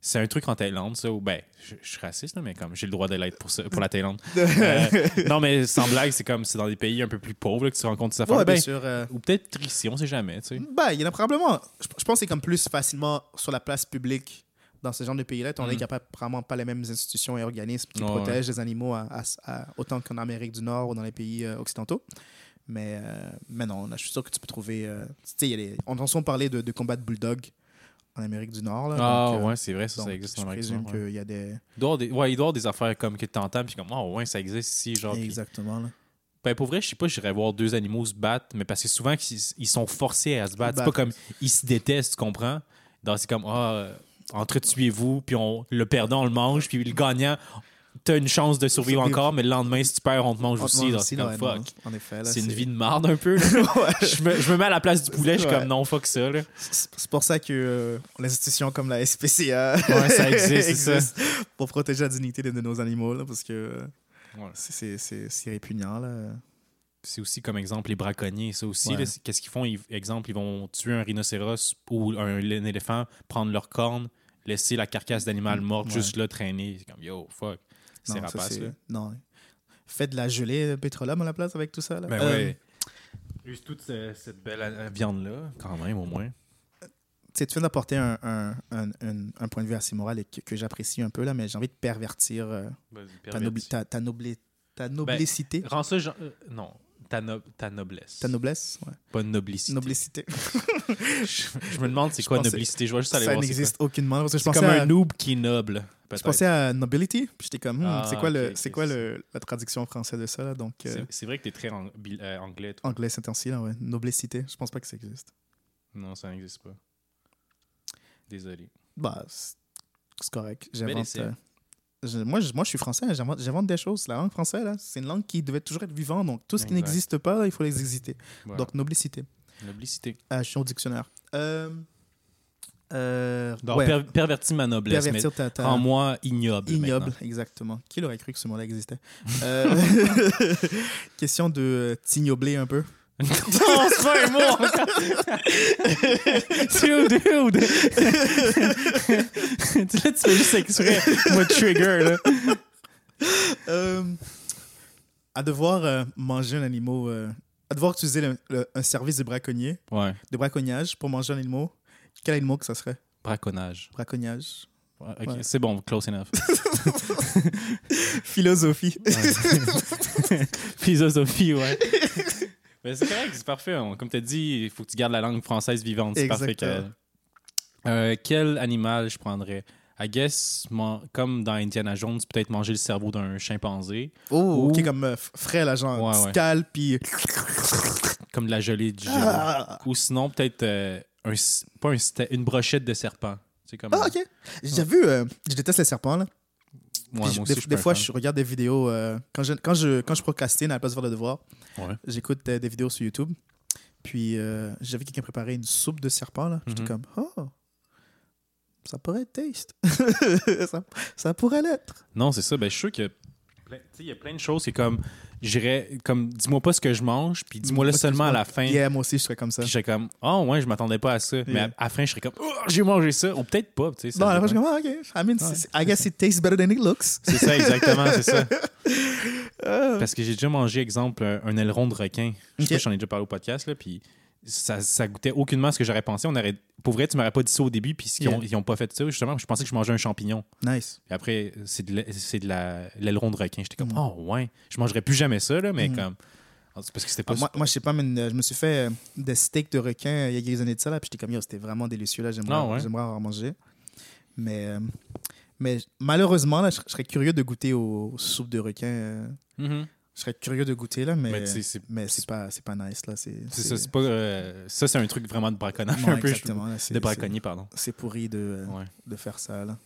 C'est un truc en Thaïlande, ça. Où, ben, je, je suis raciste, là, mais comme j'ai le droit de l'être pour, ça- pour la Thaïlande. Euh, non, mais sans blague, c'est comme c'est dans des pays un peu plus pauvres là, que tu rencontres ces affaires. Ouais, bien Ben, sûr. euh, ou peut-être ici, on sait jamais, tu sais. Ben, il y en a probablement. Je, je pense que c'est comme plus facilement sur la place publique dans ce genre de pays-là, étant donné qu'il n'y a pas- probablement pas les mêmes institutions et organismes qui Mm. Ouais, protègent les animaux à- à- à- autant qu'en Amérique du Nord ou dans les pays euh, occidentaux. Mais, euh, mais non, là, je suis sûr que tu peux trouver. euh, tu sais, il y a les- on entend parler de, de combat de bulldog en Amérique du Nord. Là, Ah, donc, euh, ouais, c'est vrai, ça, donc, ça existe je en Amérique du présume Nord, ouais. qu'il y a des. Il doit y avoir des, ouais, il doit y avoir des affaires comme que tu entends, puis comme, oh, ouais, ça existe ici. Genre, puis- Exactement. là. ben, pour vrai, je sais pas, j'irais voir deux animaux se battre, mais parce que souvent, qu'ils- ils, sont forcés à se battre. C'est pas battent. comme, ils se détestent, tu comprends? Dans- C'est comme, ah, euh, entretuez-vous, puis on, le perdant, on le mange, puis le gagnant, t'as une chance de survivre Survivre. encore, mais le lendemain, si tu perds, on te mange On- aussi. on- dans- aussi, c'est comme, ouais, fuck. non, En effet. là, c'est une vie de marde un peu. là. je, me, je me mets à la place du poulet, je suis Ouais. comme, non, fuck ça. Là. C'est c'est pour ça que euh, les institutions comme la SPCA Ouais, ça existe, c'est ça. existent pour protéger la dignité de, de nos animaux, là, parce que euh, Ouais. c'est- c'est- c'est c'est répugnant. Là. C'est aussi comme exemple les braconniers, ça aussi. Ouais. là, c'est- Qu'est-ce qu'ils font? Ils- exemple, ils vont tuer un rhinocéros ou un, un éléphant, prendre leur corne, laisser la carcasse d'animal mort Mm. Ouais. juste là traîner. C'est comme yo, fuck. C'est Non, ça, rapace. c'est- là. Non. Faites de la gelée de pétrolum à la place avec tout ça. là. Ben Euh, ouais. Use toute ce- cette belle euh, viande-là, quand même, au moins. tu sais, tu viens d'apporter un, un- un- un- un point de vue assez moral et que, que j'apprécie un peu, là, mais j'ai envie de pervertir euh, Vas-y, ta, pervertis. nobli- ta, ta noblé- Ben, ta noblécité. Rends ça, gen- euh, non, ta, no- ta noblesse. ta noblesse, ouais. Pas de noblicité. Noblécité. Je me demande c'est quoi pensais- noblicité. Je vais juste aller Ça voir. c'est n'existe quoi. aucunement. Parce que je C'est pensais comme à- un noob qui est noble. Je peut-être. pensais à nobility, puis j'étais comme, Hmm, Ah, c'est quoi, le, ok, c'est ok, quoi c'est- le- la traduction en français de ça, là, donc euh, C'est c'est vrai que t'es très ang- bil- euh, anglais, toi. anglais cet temps-ci, là, ouais, noblécité, je pense pas que ça existe. Non, ça n'existe pas. Désolé. Bah, c'est c'est correct, Bel j'invente... essai. euh, je- moi, je- moi, je suis français, hein, j'invente j'invente des choses, la langue française, là, c'est une langue qui devait toujours être vivante, donc tout ce qui Exact. n'existe pas, là, il faut les exister. Voilà. Donc, noblécité, Noblicité. Ah, je suis au dictionnaire. Euh, euh, Donc, ouais, per- pervertis ma noblesse, pervertir ta... mais ta- rends-moi ignoble. Ignoble, maintenant. exactement. Qui l'aurait cru que ce mot-là existait Euh, Question de euh, t'ignobler un peu. non, c'est pas un mot encore. dude, dude. tu, là, tu fais juste exprès. Moi, trigger, là. Euh, à devoir euh, manger un animal, euh, à devoir utiliser le- le- un service de braconnier, Ouais. de braconnage pour manger un animal, quel animal que ça serait Braconnage. Braconnage. Ouais, ok, Ouais. C'est bon, close enough. Philosophie. Philosophie, ouais. Mais c'est correct, c'est parfait. On- Comme tu as dit, il faut que tu gardes la langue française vivante. C'est parfait. Exactement. Karel. Euh, quel animal je prendrais? I guess, mon- comme dans Indiana Jones, peut-être manger le cerveau d'un chimpanzé, oh, Ouh. ok, comme euh, f- frais, là, genre, Ouais, petite ouais. cale, puis. comme de la gelée du géant. Ah, Ou sinon, peut-être euh, un, s- pas un sta- une brochette de serpent. C'est comme. Ah, ok. J'ai vu, euh, je déteste les serpents, là. Ouais, Puis moi je- aussi, des, je suis des pas un fois, fan. je regarde des vidéos. euh, quand, je, quand, je, quand je procrastine à la place de faire le devoir, Ouais. j'écoute euh, des vidéos sur YouTube. Puis euh, j'avais quelqu'un préparer une soupe de serpent. là. J'étais Mhm. comme, oh, ça pourrait être taste. ça, ça pourrait l'être. Non, c'est ça. Ben, je suis sûr que. plein- tu sais, Il y a plein de choses. C'est comme. J'irais. Comme, dis-moi pas ce que je mange, puis dis-moi le Parce que seulement à moi- la fin. Yeah, moi aussi, je serais comme ça. Puis j'étais comme, oh ouais, je m'attendais pas à ça. Mais à, à la fin, je serais comme, oh, j'ai mangé ça. Ou peut-être pas, tu sais. ça Non, à la fin, je dépend. suis comme, Ah, ok. I mean, c'est- I guess it tastes better than it looks. C'est ça, exactement, c'est ça. Parce que j'ai déjà mangé, exemple, un, un aileron de requin. Je Ah. sais pas Ok. si j'en ai déjà parlé au podcast, là, puis ça, ça goûtait aucunement ce que j'aurais pensé. On aurait, pour vrai, tu m'aurais pas dit ça au début, puis ils, ont, Yeah. ils ont pas fait ça, justement. Je pensais que je mangeais un champignon. Nice. Puis après, c'est de la- c'est de la- l'aileron de requin. J'étais Mm. comme, oh ouais, je mangerais plus jamais ça, là, mais comme. C'est Parce que c'était pas. Ah, moi, moi, je sais pas, mais euh, je me suis fait euh, des steaks de requin euh, il y a quelques années de ça, là, puis j'étais comme, yo, c'était vraiment délicieux, là, j'aimerais Ah ouais. j'aimerais en manger. Mais, euh, mais malheureusement, là, je, je serais curieux de goûter aux, aux soupes de requin. euh, Mhm. je serais curieux de goûter, là, mais, Mais tu sais, c'est- mais c'est pas, c'est pas nice, là. C'est C'est ça, c'est pas. euh, ça, c'est un truc vraiment de braconnage, Non, un peu. exactement, là, c'est- De braconnier, pardon. c'est- C'est pourri de, euh, Ouais. de faire ça, là.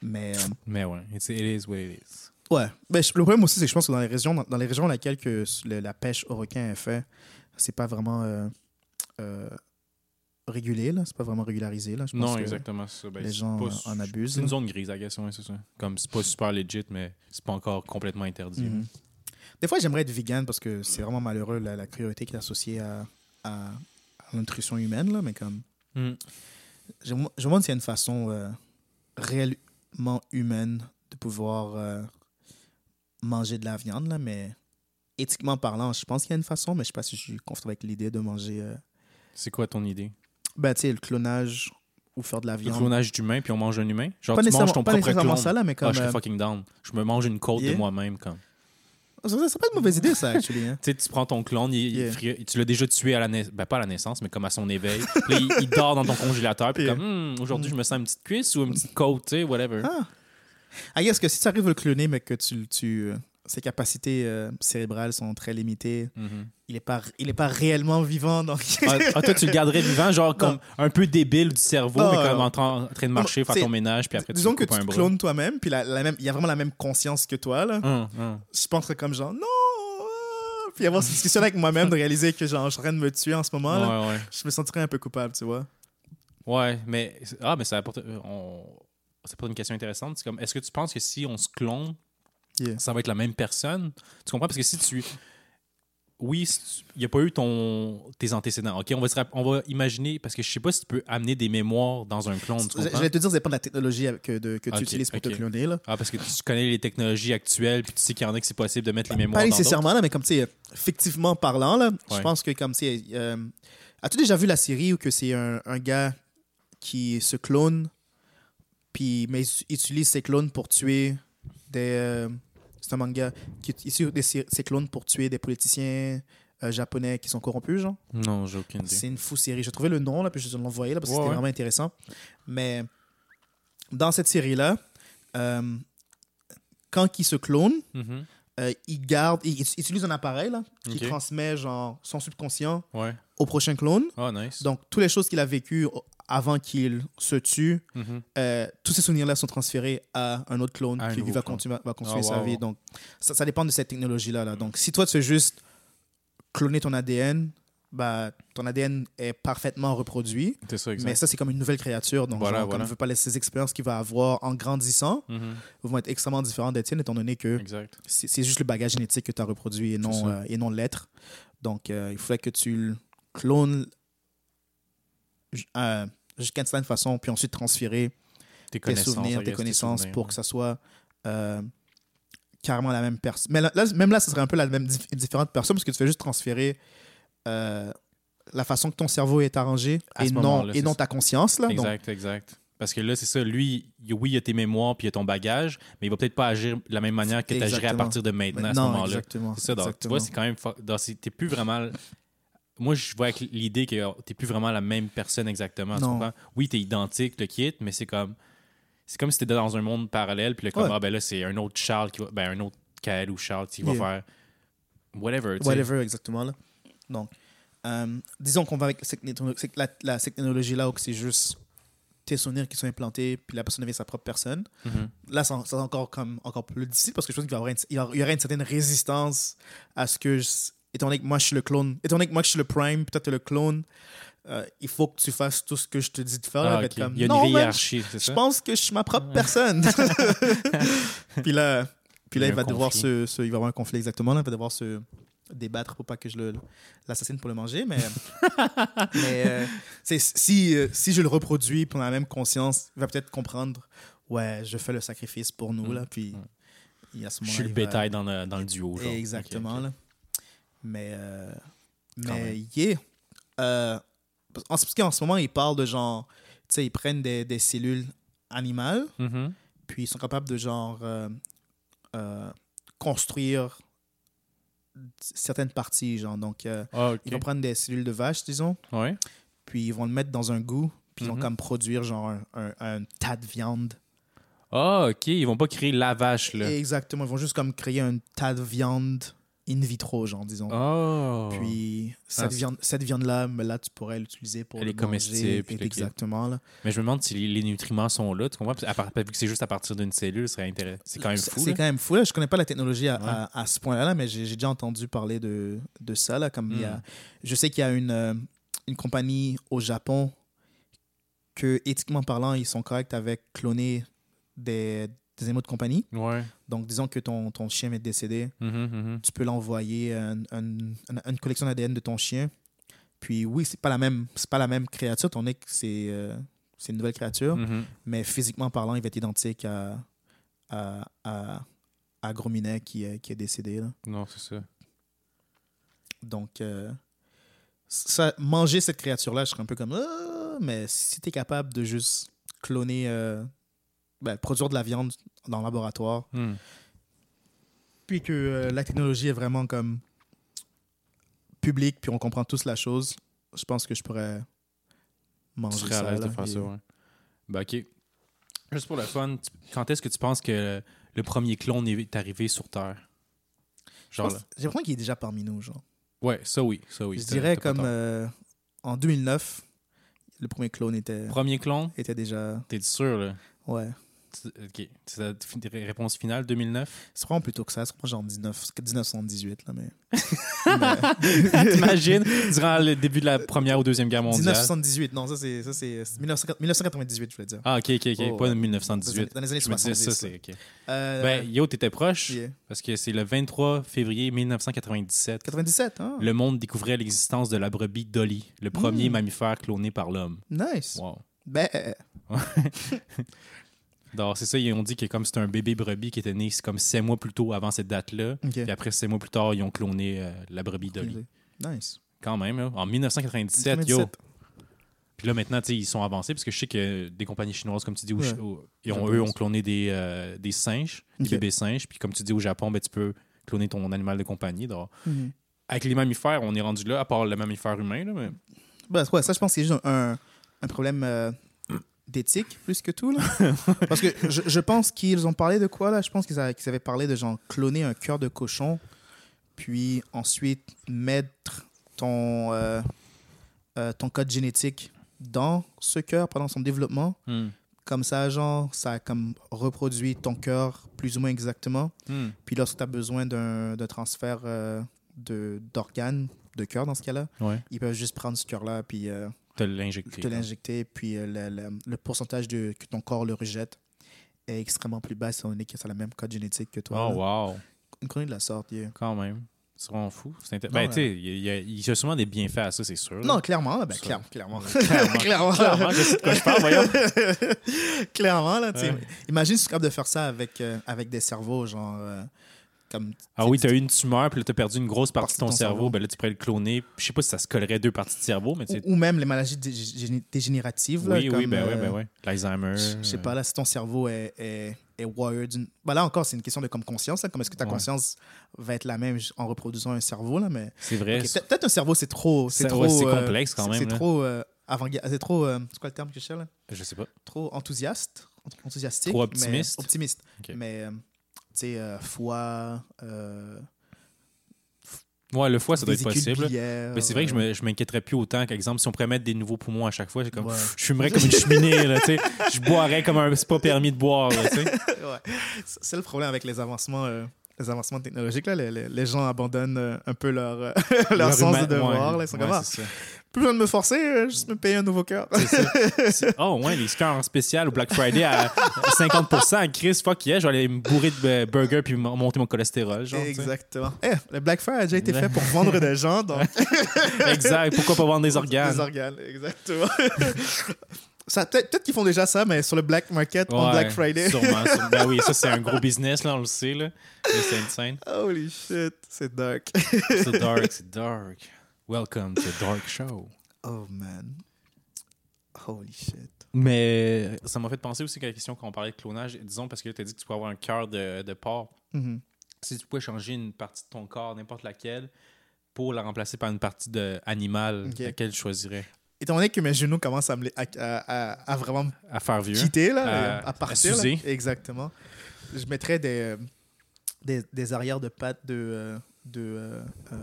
Mais, euh, Mais ouais, it's- it is what it is. Ouais. Ben, je- le problème aussi, c'est que je pense que dans les régions dans, dans les régions dans lesquelles que s- le- la pêche au requin est faite, c'est pas vraiment euh, euh, régulé, là. C'est pas vraiment régularisé, là. Je pense Non, que exactement, c'est ça. Ben, les c'est gens, pas euh, su- en abusent, C'est une là. zone grise, la question, c'est ça. Comme c'est pas super legit, mais c'est pas encore complètement interdit. Mhm. Des fois, j'aimerais être vegan parce que c'est vraiment malheureux la, la priorité qui est associée à, à, à l'intuition humaine, là. Mais comme, Mhm. Je, me je me demande s'il y a une façon euh, réellement humaine de pouvoir euh, manger de la viande, là, mais éthiquement parlant, je pense qu'il y a une façon, mais je sais pas si je suis confortable avec l'idée de manger euh, C'est quoi ton idée? ben, tu sais, le clonage ou faire de la Le viande. clonage d'humain, puis on mange un humain? Genre, pas tu manges nécessairement, ton pas propre nécessairement clone. ça, là, mais Ah, comme. je serais euh, fucking down. Je me mange une côte Yeah. de moi-même, comme. ça, ça, c'est pas une mauvaise idée, ça, actually. hein. Tu sais, tu prends ton clone, il- il Yeah. fri- tu l'as déjà tué à la naissance, ben pas à la naissance, mais comme à son éveil. Puis il, il dort dans ton congélateur, puis Yeah. Mm. comme, Hmm, aujourd'hui, je me sens une petite cuisse ou une petite côte, tu sais, whatever. Ah. Ah, est-ce que si tu arrives à le cloner, mais que tu, tu, euh, ses capacités euh, cérébrales sont très limitées, Mhm. il est pas, il est pas réellement vivant, donc. Ah, ah, toi, tu le garderais vivant, genre comme un peu débile du cerveau, Non, mais non, comme non. en, train- en train de marcher, faire c'est- ton ménage, puis après, tu Disons lui que coupes tu un te bras. clones toi-même, puis la, la même, il y a vraiment la même conscience que toi, là. Hum, hum. Je pense que comme genre, non! ah! Puis avoir cette discussion avec moi-même, de réaliser que genre, je suis en train de me tuer en ce moment, là. Ouais, ouais. Je me sentirais un peu coupable, tu vois. Ouais, mais ah, mais ça apporte. euh, On... C'est pas une question intéressante. C'est comme, est-ce que tu penses que si on se clone, Yeah. ça va être la même personne Tu comprends Parce que si tu, oui, si tu- il n'y a pas eu ton tes antécédents. Ok, on va se rapp- on va imaginer parce que je sais pas si tu peux amener des mémoires dans un clone. Tu Je comprends? je vais te dire, ça dépend de la technologie avec- que, de- que tu Ok, utilises pour ok. te cloner, là. Ah, parce que tu connais les technologies actuelles, puis tu sais qu'il y en a que c'est possible de mettre les mémoires. Pas dans nécessairement, là, mais comme, tu sais, fictivement parlant, là, je Ouais. pense que comme, tu sais, euh, as-tu déjà vu la série où que c'est un, un gars qui se clone, puis, mais il utilise ses clones pour tuer des... euh, c'est un manga qui utilise des- ses clones pour tuer des politiciens euh, japonais qui sont corrompus, genre. d'autres. Non, j'ai aucune idée. C'est une fou série. J'ai trouvé le nom, là, puis je te l'envoyer, là, parce que Ouais, c'était ouais. vraiment intéressant. Mais dans cette série-là, euh, quand il se clone, Mhm. euh, il garde, il, il utilise un appareil là, qui Ok. transmet genre son subconscient Ouais. au prochain clone. Oh, nice. Donc toutes les choses qu'il a vécues au- avant qu'il se tue, Mhm. euh, tous ces souvenirs là sont transférés à un autre clone À un qui lui nouveau va clone. continuer, va continuer Ah, sa wow. Hmm. vie. Donc ça, ça dépend de cette technologie là, là. Donc si toi tu veux juste cloner ton ADN, bah ton ADN est parfaitement reproduit. C'est ça, Mais exact. ça, c'est comme une nouvelle créature. Donc, Voilà, genre, comme voilà. il ne veut pas laisser ses expériences qu'il va avoir en grandissant Mhm. vont être extrêmement différentes des tiennes, étant donné que Exact. c'est c'est juste le bagage génétique que tu as reproduit et C'est non, ça. euh, et non l'être. Donc, euh, il faudrait que tu le clones ju- euh, jusqu'à une certaine façon, puis ensuite transférer Tes tes connaissances. I souvenirs, guess, tes connaissances souvenirs, pour ouais. que ça soit euh, carrément la même personne. Mais là, là- même là, ce serait un peu la même dif- différente personne parce que tu fais juste transférer euh, la façon que ton cerveau est arrangé À et ce non, moment-là, et c'est non ça. ta conscience. Là, donc, Exact, exact. Parce que là, c'est ça, lui, il- oui, il y a tes mémoires puis il y a ton bagage, mais il va peut-être pas agir de la même manière que tu agirais à Exactement. partir de maintenant, à ce non, moment-là. exactement. C'est ça, donc, tu exactement. vois, c'est quand même. fa- donc, c'est- T'es plus vraiment. Moi, je vois avec l'idée que oh, t'es plus vraiment la même personne exactement. tu Non. comprends? Oui, t'es identique, le kit, mais c'est comme. C'est comme si t'étais dans un monde parallèle, puis le comme, Ouais. ah, ben là, c'est un autre Charles qui va. Ben, un autre Kael ou Charles qui va Yeah. faire. Whatever. tu sais. Whatever, exactement. Là. Donc, euh, disons qu'on va avec cette, techno- cette- la, la- cette technologie-là où que c'est juste tes souvenirs qui sont implantés, puis la personne devient sa propre personne. Mhm. Là, c'est en- c'est encore, comme, encore plus difficile parce que je pense qu'il va y avoir une, il y aura- il y aurait une certaine résistance à ce que, je- étant donné que moi je suis le clone, étant donné que moi je suis le prime, peut-être le clone, euh, il faut que tu fasses tout ce que je te dis de faire. là, Ah, va ok. être comme, Il y a non, une man, hiérarchie, c'est je ça? pense que je suis ma propre personne. puis là, puis là Il il, y a un va devoir conflit. se, se- il va avoir un conflit exactement. là. il va devoir se débattre pour pas que je le- l'assassine pour le manger. Mais, mais euh, c'est- si, euh, si je le reproduis pour la même conscience, il va peut-être comprendre ouais, je fais le sacrifice pour Mm. nous. Là, puis il y a ce Je moment suis le bétail dans le, dans le duo. genre. Exactement. Ok, ok. Là. Mais, euh, Quand mais yeah. Euh, parce- en ce- parce qu'en ce moment, ils parlent de genre, tu sais, ils prennent des, des cellules animales, Mhm. puis ils sont capables de genre euh, euh, construire certaines parties, genre. Donc, euh, Ah, ok. ils vont prendre des cellules de vache, disons, Ouais. puis ils vont le mettre dans un goût, puis ils vont Mhm. comme produire genre un, un- un tas de viande. Ah, ok. Ils vont pas créer la vache, là. Exactement, ils vont juste comme créer un tas de viande in vitro, genre, disons. Oh. Puis cette, c'est- viande, cette viande-là, mais là, tu pourrais l'utiliser pour Elle le est manger. comestible, et- puis le kit. exactement. Là. Mais je me demande si les, les nutriments sont là, tu comprends? Parce- à part- vu que c'est juste à partir d'une cellule, ce serait intéressant. C'est quand même C'est- fou. C'est là. quand même fou. Là. Je connais pas la technologie à, à- à ce point-là, là, mais j'ai j'ai déjà entendu parler de, de ça. Là, comme il Hmm. y a- je sais qu'il y a une, euh, une compagnie au Japon que, éthiquement parlant, ils sont corrects avec cloner des, des animaux de compagnie. Ouais. Donc, disons que ton, ton chien est décédé, Mhm, mhm. tu peux l'envoyer à un- un- un- une collection d'ADN de ton chien. Puis oui, c'est pas la même, c'est pas la même créature, ton que c'est euh, c'est une nouvelle créature, Mhm. mais physiquement parlant, il va être identique à, à, à, à Gros Minet qui, est- qui est décédé. là. Non, c'est ça. Donc, euh, ça, manger cette créature-là, je serais un peu comme. Ah mais si tu es capable de juste cloner, euh, ben, produire de la viande dans le laboratoire, Hmm. puis que euh, la technologie est vraiment comme publique, puis on comprend tous la chose, je pense que je pourrais Tu manger serais à ça. l'aise de là, euh, faire et- ça, ouais. Ben, OK. Juste pour le fun, tu- quand est-ce que tu penses que le premier clone est arrivé sur Terre? Je Genre, pense- J'ai l'impression qu'il est déjà parmi nous, genre. là. ouais, ça oui, ça oui. je t'as- dirais t'as pas comme tort. euh, en 2009, le premier clone était, Premier clone, était déjà. t'es sûr, là? Ouais. Tu- OK. C'est la fi- réponse finale, 2009? C'est vraiment plus tôt que ça. C'est genre 19, 1978, là, mais. T'imagines, durant le début de la Première ou Deuxième Guerre mondiale? 1978, non, ça c'est. ça, c'est- euh, c'est 1950 1998, je voulais dire. Ah, OK, OK, OK. Oh, pas ouais. Dans les- 1918. Dans les années Je me disais, 70. ça, c'est... OK. Euh, Ben, yo, t'étais proche, yeah. parce que c'est le 23 février 1997. 97, hein? Le monde découvrait l'existence de la brebis Dolly, le premier Hmm. mammifère cloné par l'homme. Nice. Wow. Ben, euh, Donc, c'est ça, ils ont dit que comme c'était un bébé brebis qui était né c'est comme sept mois plus tôt avant cette date-là, ok. puis après sept mois plus tard, ils ont cloné euh, la brebis Dolly. Nice. Quand même, là, en 1997, yo. 97. Puis là, maintenant, tu sais, ils sont avancés, parce que je sais que des compagnies chinoises, comme tu dis, au- Ouais. au- ils ont- Japonaises. eux ont cloné des, euh, des singes, des Ok. bébés singes. Puis comme tu dis, au Japon, ben, tu peux cloner ton animal de compagnie. Donc, Mhm. avec les mammifères, on est rendu là, à part le mammifère humain, là, mais... Ben, ouais, ça, je pense que c'est juste un, un problème euh, d'éthique, plus que tout. Là. Parce que je, je pense qu'ils ont parlé de quoi, là Je pense qu'ils a- qu'ils avaient parlé de genre cloner un cœur de cochon, puis ensuite mettre ton, euh, euh, ton code génétique dans ce cœur pendant son développement. Hmm. Comme ça, genre, ça comme reproduit ton cœur plus ou moins exactement. Hmm. Puis lorsque tu as besoin d'un d'un transfert euh, de- d'organes, de cœur dans ce cas-là, Ouais. ils peuvent juste prendre ce cœur-là, puis. euh, Te je l'injecter. te l'injecter, puis euh, la- la- le pourcentage de, que ton corps le rejette est extrêmement plus bas si on est que ça a le même code génétique que toi. Oh, là. wow. Une chronique de la sorte. yeah. Quand même. C'est vraiment fou. C'est inté- ben, ouais. tu sais, il y, a- il y a- il y a sûrement des bienfaits à ça, c'est sûr. là. Non, clairement, là, ben, Ça. clair- clairement. Clairement. clairement, Clairement, je sais de quoi je parle, voyons. clairement, là, tu sais, Ouais. Imagine si tu es capable de faire ça avec, euh, avec des cerveaux, genre. euh, comme, Ah oui, t'as eu une tumeur, puis là, t'as perdu une grosse partie de ton, Partie de ton cerveau. cerveau. Ben là, tu pourrais le cloner. Puis Je sais pas si ça se collerait deux parties de cerveau, mais tu ou, sais. ou même les maladies dég- dég- dégénératives. là, Oui, oui, comme, ben ouais, euh, ben ouais. L'Alzheimer. Je je sais euh, pas, là, si ton cerveau est, est, est wired. d'une- Bah, là encore, c'est une question de comme conscience. là, comme est-ce que ta Ouais. conscience va être la même en reproduisant un cerveau, là, mais. euh, C'est vrai. Ok, peut- Peut-être un cerveau, c'est trop. C'est Ça, trop. ouais, c'est euh, complexe quand c'est- même, C'est là. trop euh, avant-garde. C'est trop. euh, c'est quoi le terme que je cherche là Je sais pas. Trop enthousiaste. enth- Enthousiastique. Trop mais- optimiste. optimiste. Ok. Mais, euh, tu sais, euh, foie. Euh, Ouais, le foie, ça doit être vésicule possible. biliaire, Mais c'est vrai que je, euh, me, je m'inquiéterais plus autant qu'exemple si on pourrait mettre des nouveaux poumons à chaque fois. j'ai Comme, Ouais. Je fumerais comme une cheminée, là, tu sais. Je boirais comme un. C'est pas permis de boire, là, tu sais. ouais. C'est c'est le problème avec les avancements. euh, les avancements technologiques, là, les, les- les gens abandonnent euh, un peu leur, euh, leur, sens humain- de devoir. ouais, là, ils sont ouais, comme, ah, c'est ça. plus besoin de me forcer, euh, juste me payer un nouveau cœur. C'est- Oh, ouais, les scores en spécial au Black Friday à 50 Chris, fuck yeah, je vais aller me bourrer de euh, burger puis mon- monter mon cholestérol. Genre, tu sais. Exactement. Eh, le Black Friday a déjà été Ouais. fait pour vendre des gens, donc Exact. Pourquoi pas vendre des Des organes? organes, exactement. Ça, peut- Peut-être qu'ils font déjà ça, mais sur le black market, en Ouais, Black Friday. Sûrement, sûrement. Ben oui, ça, c'est un gros business, là, on le sait, là. Mais C'est insane. Holy shit, c'est dark. C'est dark, c'est dark. Welcome to Dark Show. Oh man. Holy shit. Mais ça m'a fait penser aussi à la question quand on parlait de clonage. Disons, parce que tu as dit que tu pouvais avoir un cœur de, de porc. Mhm. Si tu pouvais changer une partie de ton corps, n'importe laquelle, pour la remplacer par une partie de animal, Ok. laquelle tu choisirais Étant donné que mes genoux commencent à, me, les- à, à- à- à vraiment me À faire vieux. quitter, là, Euh, À- à, partir. à là. s'user. Exactement. Je mettrais des, euh, des, des arrières de pattes de, euh, de euh, euh,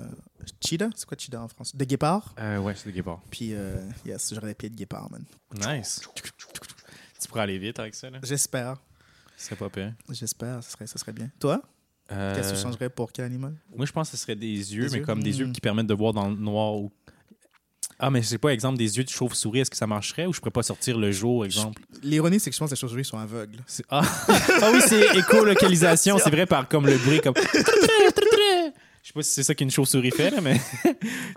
cheetah. C'est quoi cheetah en français De guépard. Euh, ouais, c'est des guépards. Puis, euh, yes, j'aurais des pieds de guépard, man. Nice. Tu pourrais aller vite avec ça, là. J'espère. Ce serait pas pire. J'espère, ce serait, ce serait bien. Toi, Euh, qu'est-ce que tu changerais pour quel animal moi, je pense que ce serait des yeux, Des mais yeux? comme des yeux Hmm. qui permettent de voir dans le noir. ou- Ah, mais je sais pas, exemple, des yeux de chauve-souris, est-ce que ça marcherait ou je pourrais pas sortir le jour, exemple? L'ironie, c'est que je pense que les chauves-souris sont aveugles. C'est- Ah. Ah oui, c'est écolocalisation, c'est vrai, par comme le bruit, comme. Je Je sais pas si c'est ça qu'une chauve-souris fait, là, mais.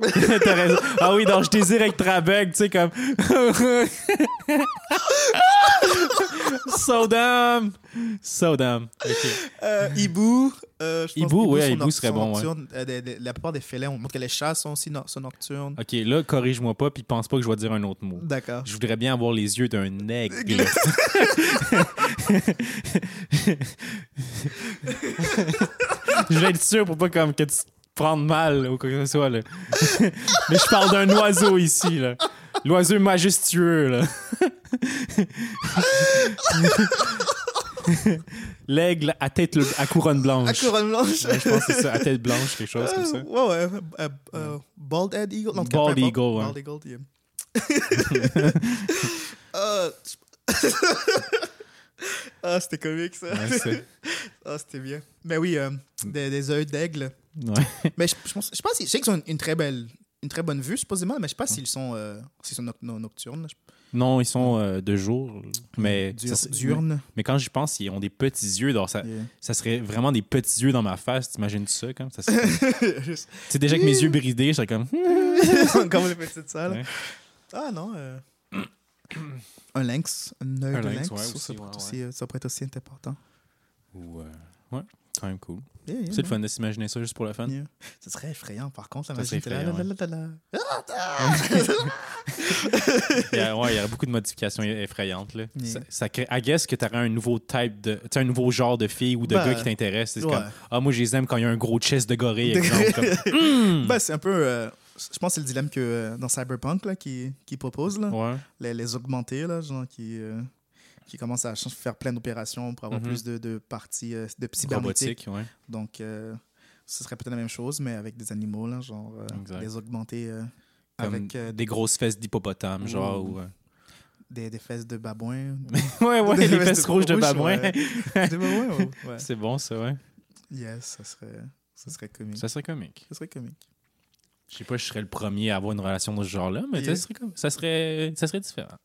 T'as raison. Ah oui, donc je désire être aveugle, tu sais, comme. so damn! So damn. Ok. Euh, hibou. euh, je pense Hibou, qu'hibou oui, sont hibou noc- serait sont bon, ouais. nocturnes. Euh, des- des- la plupart des félins, ont- donc les chats sont aussi no- sont nocturnes. Ok, là, corrige-moi pas, puis pense pas que je vais dire un autre mot. D'accord. Je voudrais bien avoir les yeux d'un aigle. je vais être sûr pour pas comme que tu te prennes mal ou quoi que ce soit. là. Mais je parle d'un oiseau ici. là. L'oiseau majestueux. là. L'aigle à tête le- à couronne blanche. À couronne blanche. Ouais, je pense que c'est ça, à tête blanche, quelque chose comme ça. Euh, ouais, ouais. euh, euh, bald head eagle. Non, en tout cas, Bald peu importe. eagle, ouais. Bald eagle, yeah. Euh, ah, c'était comique, ça. Ouais, c'est- ah, c'était bien. Mais oui, euh, des, des œufs d'aigle. ouais. Mais je, je pense, je pense, je sais qu'ils ont une, une très belle, une très bonne vue, supposément, mais je sais pas s'ils sont, euh, s'ils sont noc- no- nocturnes. Non, ils sont euh, de jour, mais Dur- ça, c'est- diurnes. Mais quand j'y pense, ils ont des petits yeux. Donc ça, Yeah. ça serait vraiment des petits yeux dans ma face. T'imagines ça? Comme ça serait- c'est déjà que mes yeux bridés, je serais comme. hmm. Comme les petites salles. euh, Ouais. Ah non. euh, un lynx, un œil Un de lynx, lynx, ouais, ça, aussi, pourrait ouais, aussi, euh, ça pourrait être aussi important. Ou, euh, ouais, quand même cool. Yeah, yeah, C'est le fun de s'imaginer ça juste pour le fun. yeah. Ce serait effrayant, par contre. Ça serait imagine, t'es là, effrayant, là, là, là, là, là. Il y a, ouais, il y a beaucoup de modifications e-, effrayantes. Là. Yeah. Ça, ça crée. I guess que t'aurais un nouveau type de. Tu sais, un nouveau genre de fille ou de Ben, gars qui t'intéresse. C'est ouais. comme. Ah, moi, je les aime quand il y a un gros chest de gorille, exemple. comme- Ben, c'est un peu. euh, je pense que c'est le dilemme que euh, dans Cyberpunk là, qui, qui propose là, Ouais. les, les augmentés là, genre qui euh, qui commencent à ch- faire plein d'opérations pour avoir Mhm. plus de, de parties euh, de cybernétique. Robotique, ouais. Donc euh, ce serait peut-être la même chose mais avec des animaux là, genre euh, Exact. les augmentés euh, Comme avec euh, des grosses fesses d'hippopotame, genre. Ou, euh, des, des fesses de babouin. Ouais, ouais, Des les vestes fesses rouges de rouges, babouin. ouais. des babouins. ouais, ouais. C'est bon, ça, ouais. Yes, ça serait ça serait comique. Ça, Ça serait comique. serait comique. Je sais pas, je serais le premier à avoir une relation de ce genre-là, mais tu sais, Yeah. ça, serait comme- ça, serait, ça serait différent.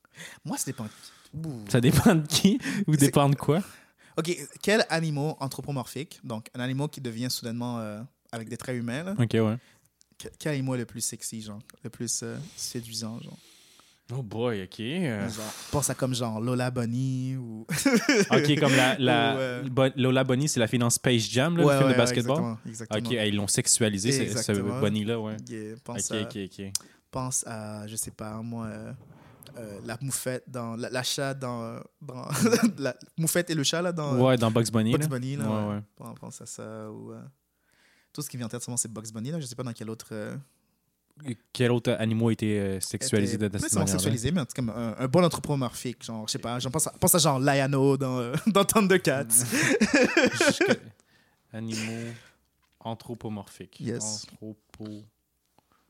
Moi, ça dépend. Ouh. Ça dépend de qui ou C'est- dépend de quoi. OK, quel animal anthropomorphique, donc un animal qui devient soudainement euh, avec des traits humains là, Ok, ouais. Que- Quel animal est le plus sexy, genre? Le plus euh, séduisant, genre? Oh boy, ok. euh, Genre, Pense à comme genre Lola Bunny ou... ok, comme la, la- Ou, euh, Bo- Lola Bunny, c'est la fille dans Space Jam, là, Ouais, le film ouais, de ouais, basketball. Exactement, ok, exactement. hey, ils l'ont sexualisé, c'est- ce Exactement. Bunny-là, ouais. Yeah, Ok, pense, à, ok, ok. pense à, je sais pas, moi, euh, euh, la moufette dans... La, la chat dans... euh, dans- la moufette et le chat, là, dans... euh, Ouais, dans Bugs Bunny. Bugs là. Bunny, là. Ouais, ouais. ouais. Bon, Pense à ça ou... euh, Tout ce qui vient en tête, sûrement, c'est Bugs Bunny, là. Je sais pas dans quel autre... euh, Quel autre animal a été euh, sexualisé était- de pas cette nécessairement manière sexualisé, mais en tout cas, un, un bon anthropomorphique. Genre, je sais pas, j'en pense, à- pense à genre Liano dans, euh, dans Thundercats. Mm. Jusque- Animaux anthropomorphiques. Yes.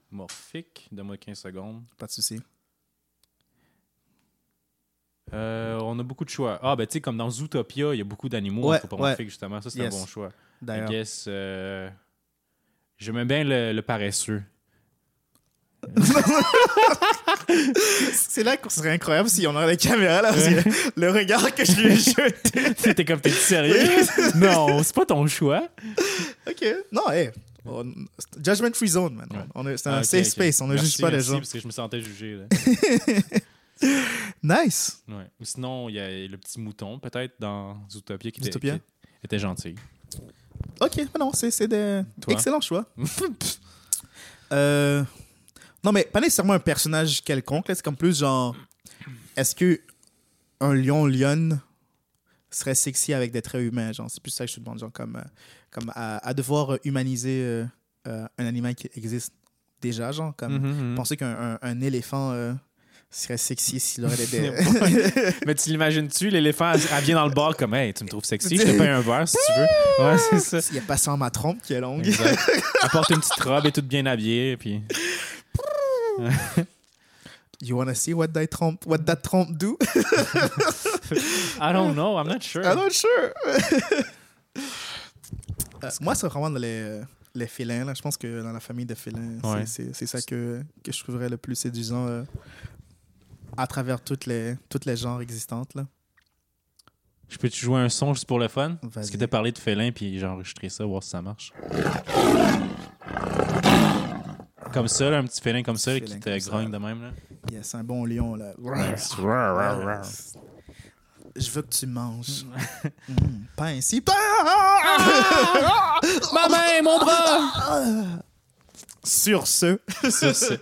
Anthropomorphiques. Donne-moi 15 secondes. Pas de souci. Euh, on a beaucoup de choix. Ah, ben tu sais, comme dans Zootopia, il y a beaucoup d'animaux hein, Ouais, anthropomorphiques, justement. Ça, c'est Yes. un bon choix. I D'ailleurs. guess. euh, J'aimais bien le, le paresseux. C'est là qu'on serait incroyable si on aurait la caméra là. parce que le regard que je lui ai jeté. T'étais comme, t'es sérieux? non, c'est pas ton choix. ok. Non, hé. on- c'est judgment free zone, man. Ouais. On est- C'est Ah, un ok, safe ok. space, on ne Merci, juge pas les merci, gens. parce que je me sentais jugé. là. Nice. Ouais. Ou sinon, il y a le petit mouton, peut-être, dans Zootopia, qui, était- Zootopia? qui était gentil. Ok, mais non, c'est c'est des Toi? excellents choix. Euh, Non, mais pas nécessairement un personnage quelconque. là, C'est comme plus genre. Est-ce que un lion lionne serait sexy avec des traits humains genre C'est plus ça que je te demande. Genre, comme, euh, comme à, à devoir euh, humaniser euh, euh, un animal qui existe déjà. Genre, comme Mhm, mhm. penser qu'un un- un éléphant euh, serait sexy s'il aurait des. des- Mais tu l'imagines-tu, l'éléphant, elle elle vient dans le bar comme Hey, tu me trouves sexy, je te paye un verre si tu veux. Ouais, c'est ça. Il y a pas sans ma trompe qui est longue. Exact. Elle porte une petite robe et toute bien habillée. Puis... You wanna see what that trompe, what that trompe do I don't know, I'm not sure. I'm not sure. Euh, moi, c'est vraiment dans les, les félins. Là. Je pense que dans la famille des félins, c'est- Ouais. c'est c'est ça que, que je trouverais le plus séduisant euh, à travers toutes les, toutes les genres existantes. Là. Je peux-tu jouer un son juste pour le fun? Parce Vas-y. que t'as parlé de félin, puis j'ai enregistré ça, voir si ça marche. Comme ça, là, un petit félin comme ça là, qui Félin te comme ça. grogne de même. Là. Yes, un bon lion, là. Je veux que tu manges. Mm, pas ainsi. Ma main, mon bras! Sur ce, Ça, c'est-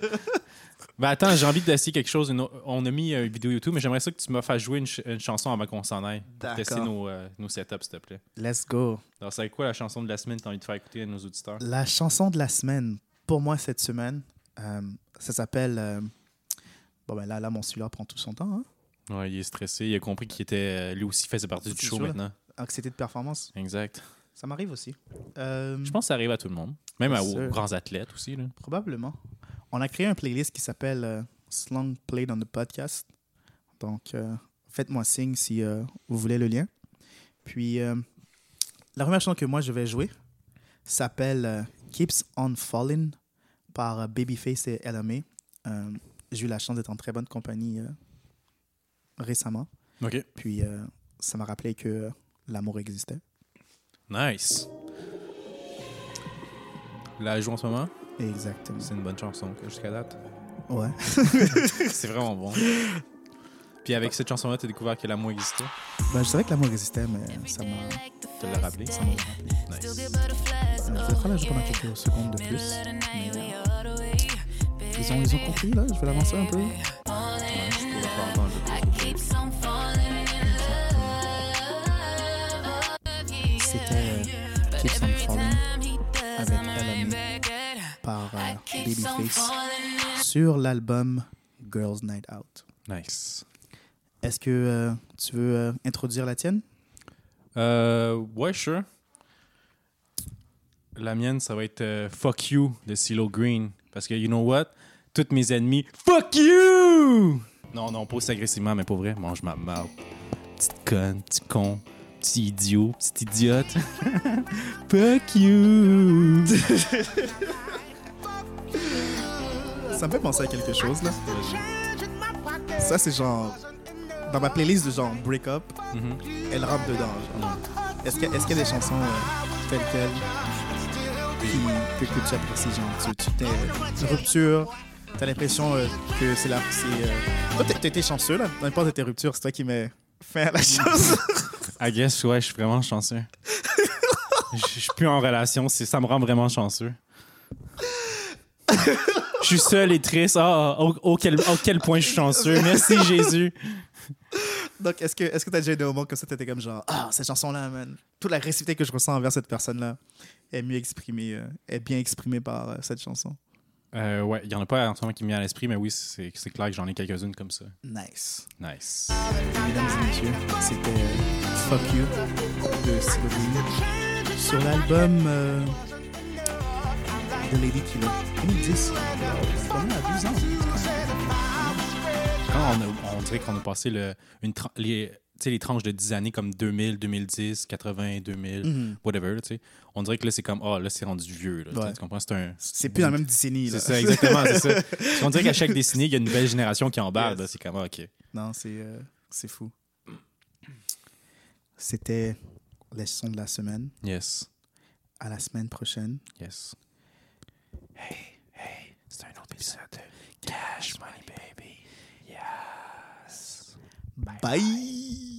Ben attends, j'ai envie d'essayer quelque chose. une autre- On a mis euh, une vidéo YouTube, mais j'aimerais ça que tu me fasses jouer une, ch- une chanson avant qu'on s'en aille. Pour D'accord. tester nos, euh, nos setups, s'il te plaît. let's go. Alors, c'est quoi la chanson de la semaine que tu as envie de faire écouter à nos auditeurs? La chanson de la semaine, pour moi, cette semaine, euh, ça s'appelle. euh, Bon, ben là, là, mon celui-là prend tout son temps. Hein? Ouais, il est stressé. Il a compris qu'il était. euh, Lui aussi faisait partie du C'est show sûr, là. maintenant. Anxiété Ah, de performance, Exact. ça m'arrive aussi. Euh, Je pense que ça arrive à tout le monde. Même à- C'est aux sûr. grands athlètes aussi. Là. Probablement. On a créé un playlist qui s'appelle euh, Slang Played on the Podcast. Donc, euh, faites-moi signe si euh, vous voulez le lien. Puis, euh, la première chanson que moi je vais jouer s'appelle euh, Keeps on Falling par euh, Babyface et LMA. Euh, J'ai eu la chance d'être en très bonne compagnie euh, récemment. OK. Puis, euh, ça m'a rappelé que euh, l'amour existait. Nice. La joue en ce moment, Exactement. c'est une bonne chanson quoi, jusqu'à date. Ouais. C'est vraiment bon. Puis avec cette chanson-là, t'as découvert que l'amour existait. Ben, je savais que l'amour existait, mais ça m'a. Tu l'as rappelé. Nice. Euh, Je vais faire la joue pendant quelques secondes de plus. mais, euh, ils, ont, ils ont compris, là. Je vais l'avancer un peu. Je pourrais pas entendre. C'était euh, Keeps on Falling avec Elami par euh, Babyface sur l'album Girls Night Out. Nice. Est-ce que euh, tu veux euh, introduire la tienne? Euh, ouais, sure. La mienne, ça va être euh, Fuck You de CeeLo Green. Parce que, you know what? Toutes mes ennemis, Fuck You! Non, non, pas aussi agressivement, mais pour vrai, mange ma marde. Petite conne, petit con, petit idiot, petite idiote. fuck You! Ça me fait penser à quelque chose, là. Ça, c'est genre. Dans ma playlist de genre Break Up, elle rentre dedans. genre. Est-ce qu'il y, a- est-ce qu'il y a des chansons euh, telles quelles qui, que, que tu apprécies genre, Tu, tu t'es une rupture, t'as l'impression euh, que c'est la. c'est, euh, Toi, t'as- t'as été chanceux, là. Dans n'importe de tes ruptures, c'est toi qui mets fin à la chose. I guess, ouais, je suis vraiment chanceux. Je je suis plus en relation, c'est- ça me rend vraiment chanceux. Je suis seul et triste. Ah, au, au quel, au quel point je suis chanceux. Merci Jésus. Donc, est-ce que est-ce que t'as déjà eu des moments comme ça, t'étais comme genre, ah, cette chanson-là, man, toute l'agressivité que je ressens envers cette personne-là est mieux exprimée, euh, est bien exprimée par euh, cette chanson. Euh, ouais, il y en a pas en ce moment qui me vient à l'esprit, mais oui, c'est c'est clair que j'en ai quelques-unes comme ça. Nice. Nice. Mesdames et messieurs, c'était euh, Fuck You de Sylvie sur l'album euh, de Lady Killer 2010. C'est quand même à 12 ans. Quand on, a- on dirait qu'on a passé le, une tran- les, tu sais, les tranches de 10 années comme 2000, 2010, 80, 2000, whatever, là, tu sais, on dirait que là, c'est comme, ah, là, c'est rendu vieux. là, tu sais, Ouais. Tu comprends? C'est un, C'est plus dans la même décennie. là. C'est ça, exactement, c'est ça. Parce qu'on dirait qu'à chaque décennie, il y a une nouvelle génération qui embarque. là, C'est comme, ah, OK. Non, c'est euh, c'est fou. C'était les sons de la semaine. Yes, À la semaine prochaine. yes. Hey, hey, c'est un autre épisode de Cash Money Baby. Bye.